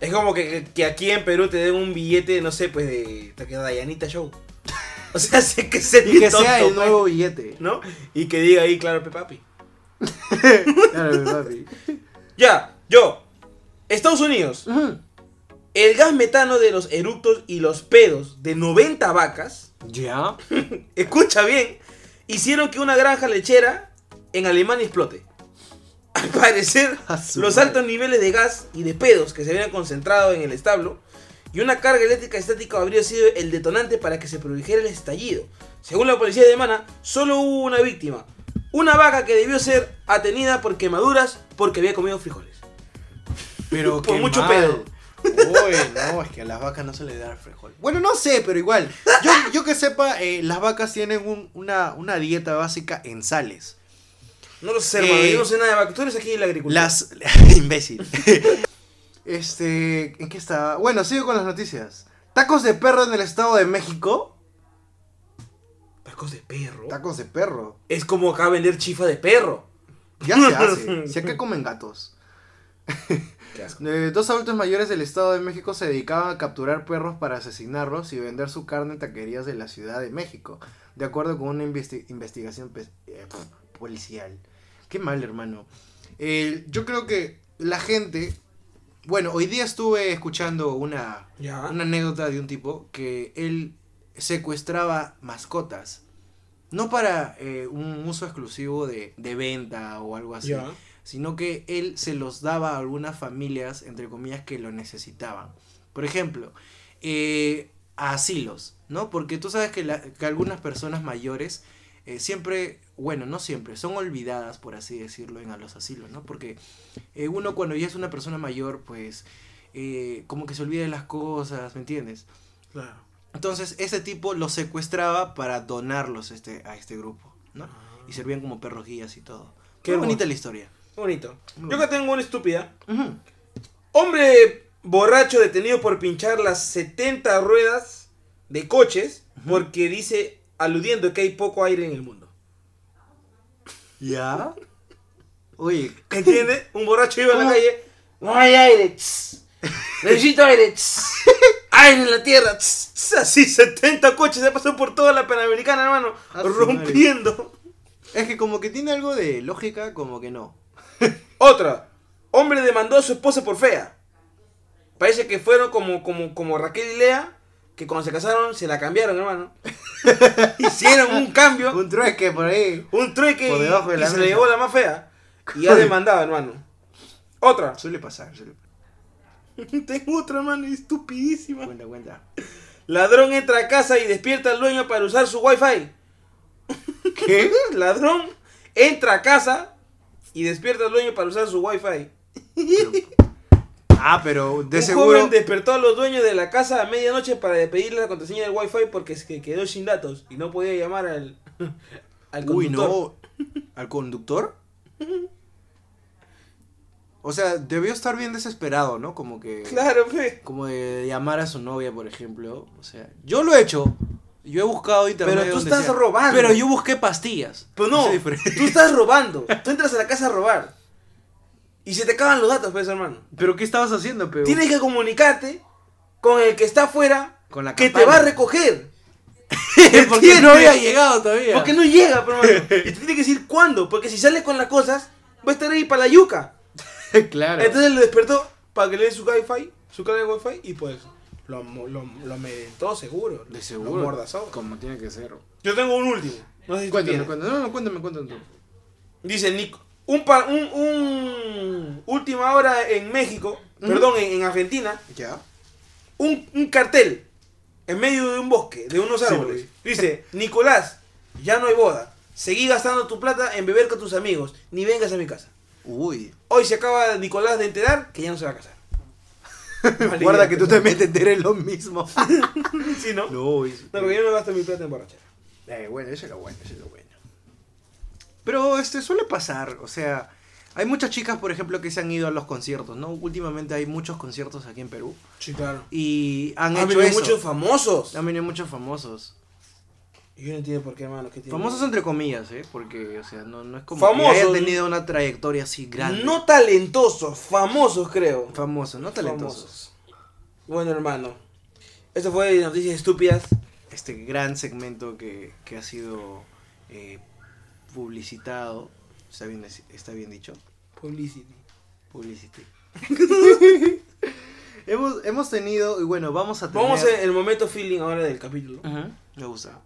Es como que, que- que aquí en Perú te den un billete, no sé, pues de. de que Dayanita Show. O sea, sé que se Y que sea el nuevo pues. billete. ¿No? Y que diga ahí, claro, pe papi. Claro, papi. Ya, yo. Estados Unidos. Ujú. El gas metano de los eructos y los pedos de 90 vacas. Ya. Escucha bien. Hicieron que una granja lechera en Alemania explote. Al parecer, A su los madre. altos niveles de gas y de pedos que se habían concentrado en el establo y una carga eléctrica estática habría sido el detonante para que se produjera el estallido. Según la policía alemana, solo hubo una víctima. Una vaca que debió ser atenida por quemaduras porque había comido frijoles. Pero Por qué mucho mal. pedo. Uy, no, es que a las vacas no se les da el frijol. Bueno, no sé, pero igual. Yo, yo que sepa, eh, las vacas tienen un- una, una dieta básica en sales. No lo sé, hermano, Eh, yo no sé nada de vaca. Tú eres aquí de la agricultura. Las. imbécil. este. ¿En qué estaba? Bueno, sigo con las noticias. Tacos de perro en el estado de México. Tacos de perro. Tacos de perro. Es como acá vender chifa de perro. Ya se hace. Si acá comen gatos. Qué asco. Eh, dos adultos mayores del Estado de México se dedicaban a capturar perros para asesinarlos y vender su carne en taquerías de la Ciudad de México, de acuerdo con una investi- investigación pe- eh, pf, policial. Qué mal, hermano. Eh, yo creo que la gente... Bueno, hoy día estuve escuchando una, Ya. una anécdota de un tipo que él secuestraba mascotas. No para eh, un uso exclusivo de, de venta o algo así Ya. sino que él se los daba a algunas familias, entre comillas, que lo necesitaban. Por ejemplo, eh, a asilos, ¿no? Porque tú sabes que, la- que algunas personas mayores eh, siempre, bueno, no siempre, son olvidadas, por así decirlo, en a los asilos, ¿no? Porque eh, uno cuando ya es una persona mayor, pues, eh, como que se olvida de las cosas, ¿me entiendes? Claro. Entonces, ese tipo los secuestraba para donarlos este, a este grupo, ¿no? Y servían como perros guías y todo. Qué Qué hermoso. bonita la historia. Bonito. Muy Yo acá tengo una estúpida. Ujú. Hombre borracho detenido por pinchar las 70 ruedas de coches porque dice, aludiendo que hay poco aire en el mundo. ¿Ya? Oye, ¿Entiendes? Un borracho iba en la ¿Cómo? calle. No hay aire. tss. Necesito aire. tss. Aire en la tierra. tss, tss". Así 70 coches se pasó por toda la Panamericana, hermano. Ah, su rompiendo. es que como que tiene algo de lógica, como que no. Otra. Hombre demandó a su esposa por fea. Parece que fueron como, como, como Raquel y Lea, que cuando se casaron se la cambiaron, hermano. Hicieron un cambio, Un trueque por ahí. un trueque Por y, debajo de y la se mesa. le llevó la más fea. Y ya demandaba, hermano. Otra. Suele pasar, suele pasar. Tengo otra, hermano, estupidísima. Cuenta, cuenta. Ladrón entra a casa y despierta al dueño para usar su wifi. ¿Qué? Ladrón entra a casa y despierta al dueño para usar su wifi. Pero, Ah, pero de un seguro. joven despertó a los dueños de la casa a medianoche para pedirle la contraseña del wifi porque se quedó sin datos y no podía llamar al, al Uy, conductor. no. ¿Al conductor? O sea, debió estar bien desesperado, ¿no? Como que. Claro, fe. Como de llamar a su novia, por ejemplo. O sea, yo lo he hecho. Yo he buscado internet. Pero tú donde estás sea. robando. Pero yo busqué pastillas. Pero Pues no, Esa es diferente. tú estás robando. Tú entras a la casa a robar. Y se te acaban los datos, pues, hermano. ¿Pero qué estabas haciendo, peo? Tienes que comunicarte con el que está afuera Con la que te campana. va a recoger. ¿Por qué no había llegado todavía? Porque no llega, pero hermano. Y te tiene que decir cuándo. Porque si sales con las cosas, va a estar ahí para la yuca. claro. Entonces lo despertó para que le dé su wifi, su carga de wifi y pues lo, mo- lo, lo amedrentó seguro. de Lo seguro. mordazó. Como tiene que ser. Yo tengo un último. No sé si tú Cuéntame, tienes. cuéntame. No, no, cuéntame, cuéntame tú. Dice Nico. Un, pa- un, un- última hora en México, Ujú. perdón, en, en Argentina, ¿Ya? un, un cartel en medio de un bosque, de unos Sí, árboles. Dice, Nicolás, ya no hay boda. Seguí gastando tu plata en beber con tus amigos, ni vengas a mi casa. Uy. Hoy se acaba Nicolás de enterar que ya no se va a casar. Mala Guarda idea, que tú también te enteres lo mismo. Sí, ¿no? no, uy. No, porque yo no gasto mi plata en borrachera. Eh, bueno, eso era bueno, eso era bueno. Pero este suele pasar, o sea, hay muchas chicas, por ejemplo, que se han ido a los conciertos, ¿no? Últimamente hay muchos conciertos aquí en Perú Sí, claro. y han Han, hecho venido eso. muchos famosos. Han venido muchos famosos. Yo no entiendo por qué, hermano. ¿qué tiene? Famosos entre comillas, ¿eh? Porque, o sea, no, no es como que haya Famosos. tenido una trayectoria así grande. No talentosos, famosos creo. famosos, no talentosos. Famosos. Bueno, hermano. Esto fue de Noticias Estúpidas. Este gran segmento que, que ha sido eh, publicitado, está bien, está bien dicho. Publicity. Publicity. hemos, hemos tenido, y bueno, vamos a tener. Vamos en el momento feeling ahora del capítulo. Ujú, Me gusta.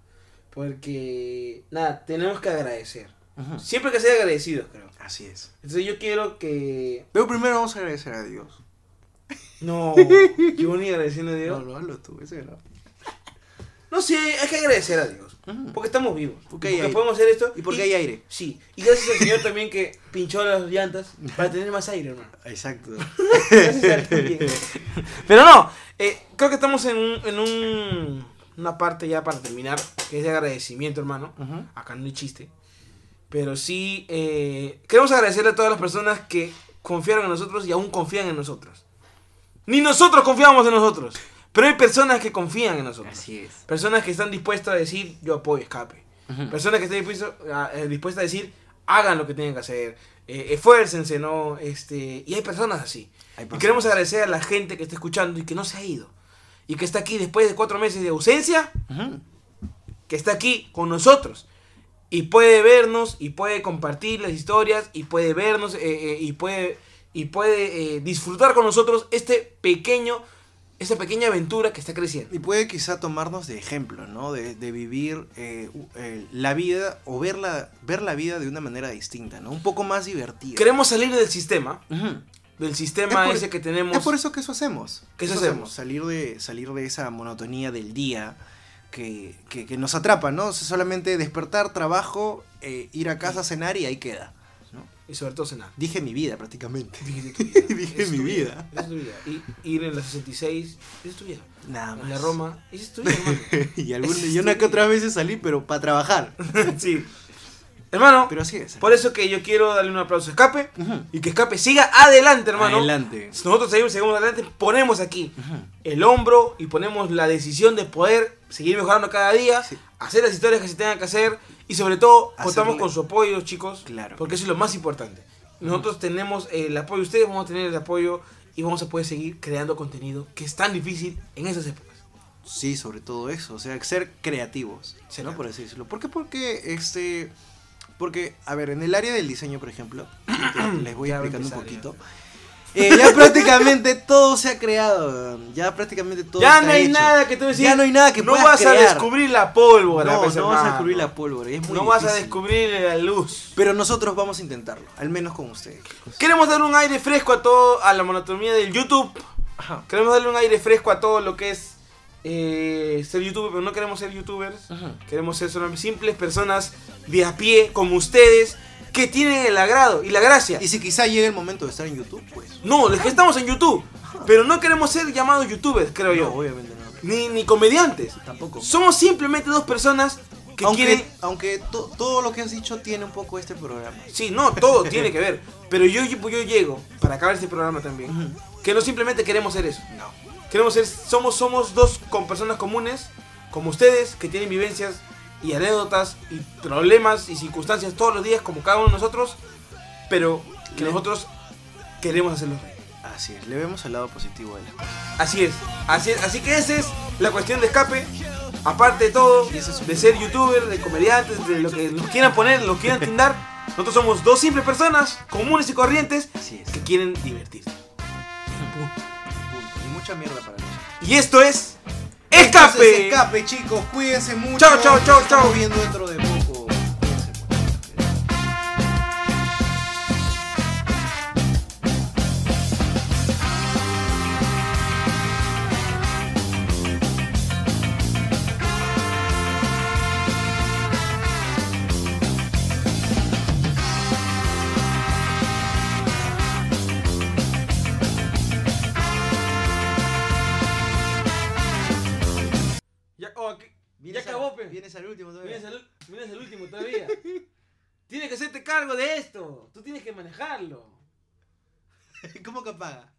Porque, nada, tenemos que agradecer. Ujú. Siempre hay que ser agradecidos, creo. Así es. Entonces yo quiero que... Pero primero vamos a agradecer a Dios. No, yo ni agradeciendo a Dios. No, lo hazlo tú, ese no. No sé, hay que agradecer a Dios. Ujú. Porque estamos vivos. Porque Porque, hay aire. podemos hacer esto. Y porque hay aire. Sí. Y gracias al Señor también que pinchó las llantas para tener más aire, hermano. Exacto. Gracias al también. Pero no, eh, creo que estamos en, un- en un- una parte ya para terminar, que es de agradecimiento, hermano. Ujú. Acá no hay chiste. Pero sí, eh, queremos agradecerle a todas las personas que confiaron en nosotros y aún confían en nosotros. Ni nosotros confiamos en nosotros. Pero hay personas que confían en nosotros. Así es. Personas que están dispuestas a decir, yo apoyo escape. Personas que estén dispuestas a, eh, dispuestas a decir, hagan lo que tienen que hacer. eh, esfuércense, ¿no? Este, y hay personas así. Hay Y personas. queremos agradecer a la gente que está escuchando y que no se ha ido. Y que está aquí después de cuatro meses de ausencia, Ujú. que está aquí con nosotros. Y puede vernos, y puede compartir las historias, y puede vernos, eh, eh, y puede, y puede eh, disfrutar con nosotros este pequeño, esta pequeña aventura que está creciendo. Y puede quizá tomarnos de ejemplo, ¿no? De, de vivir eh, u- eh, la vida o ver la, ver la vida de una manera distinta, ¿no? Un poco más divertida. Queremos salir del sistema, Ujú. del sistema Es por- ese que tenemos. Es por eso que eso hacemos. Que eso hacemos. Salir de, salir de esa monotonía del día que, que- que nos atrapa, ¿no? O sea, solamente despertar, trabajo, eh, ir a casa, cenar y ahí queda. Y sobre todo cenar. Dije mi vida prácticamente. Dije tu vida. Dije Es mi tu vida. Es tu vida. Y ir en la 66, es tu vida. Nada más. En la Roma, es tu vida, hermano. y alguna, y una que otras veces salí, pero para trabajar. sí. Hermano, Pero así es. por eso que yo quiero darle un aplauso a Escape. Ujú. Y que Escape siga adelante, hermano. Adelante. Nosotros seguimos, seguimos adelante, ponemos aquí Ujú. el hombro y ponemos la decisión de poder seguir mejorando cada día, Sí. hacer las historias que se tengan que hacer y sobre todo Hacerle- contamos con su apoyo, chicos. Claro. Porque eso es lo más importante. Nosotros tenemos el apoyo de ustedes, vamos a tener el apoyo y vamos a poder seguir creando contenido que es tan difícil en esas épocas. Sí, sobre todo eso, o sea, ser creativos, Sí, ¿no? claro. Por así decirlo. ¿Por qué? Porque, este, porque, a ver, en el área del diseño, por ejemplo, les voy Ya va a explicando un empezar, poquito, eh, ya prácticamente todo se ha creado, ya prácticamente todo ya está no hay hecho. nada que tú decir. Ya no hay nada que No puedas vas a crear. descubrir la pólvora. No, pues, no vas a hermano. descubrir la pólvora, es muy No vas a difícil. descubrir la luz. Pero nosotros vamos a intentarlo, al menos con ustedes. chicos. Queremos dar un aire fresco a todo, a la monotonía del YouTube. Ajá. Queremos darle un aire fresco a todo lo que es eh, ser youtuber, pero no queremos ser youtubers. Ajá. Queremos ser solo simples personas de a pie, como ustedes, que tienen el agrado y la gracia. Y si quizá llegue el momento de estar en YouTube, pues... No, los que estamos en YouTube, Pero no queremos ser llamados youtubers, creo No, yo. obviamente no. Ni, ni comediantes. Tampoco. Somos simplemente dos personas que aunque quieren... aunque to- todo lo que has dicho tiene un poco este programa. Sí, no, todo tiene que ver. Pero yo, yo, yo llego, para acabar este programa también, que no simplemente queremos ser eso. No. Queremos ser, somos, somos dos con personas comunes, como ustedes, que tienen vivencias y anécdotas y problemas y circunstancias todos los días, como cada uno de nosotros, pero que Le- nosotros queremos hacerlo. Así es, le vemos al lado positivo de las cosas. Así es, así es, así que esa es la cuestión de escape. Aparte de todo, Y eso es un- de ser youtuber, de comediantes, de lo que nos quieran poner, lo que quieran tindar, nosotros somos dos simples personas, comunes y corrientes, Así es. que quieren divertirse. Y mucha mierda para nosotros. Y esto es Esto es Escape. escape, chicos. Cuídense mucho. Chao, chao, chao, Nos estamos chao. viendo dentro de poco. Cuídense mucho. Ya, oh, aquí- Vienes acabó, al- pe. Vienes al último todavía. Miren el, miren el último todavía. tienes que hacerte cargo de esto. Tú tienes que manejarlo. ¿Cómo que apaga?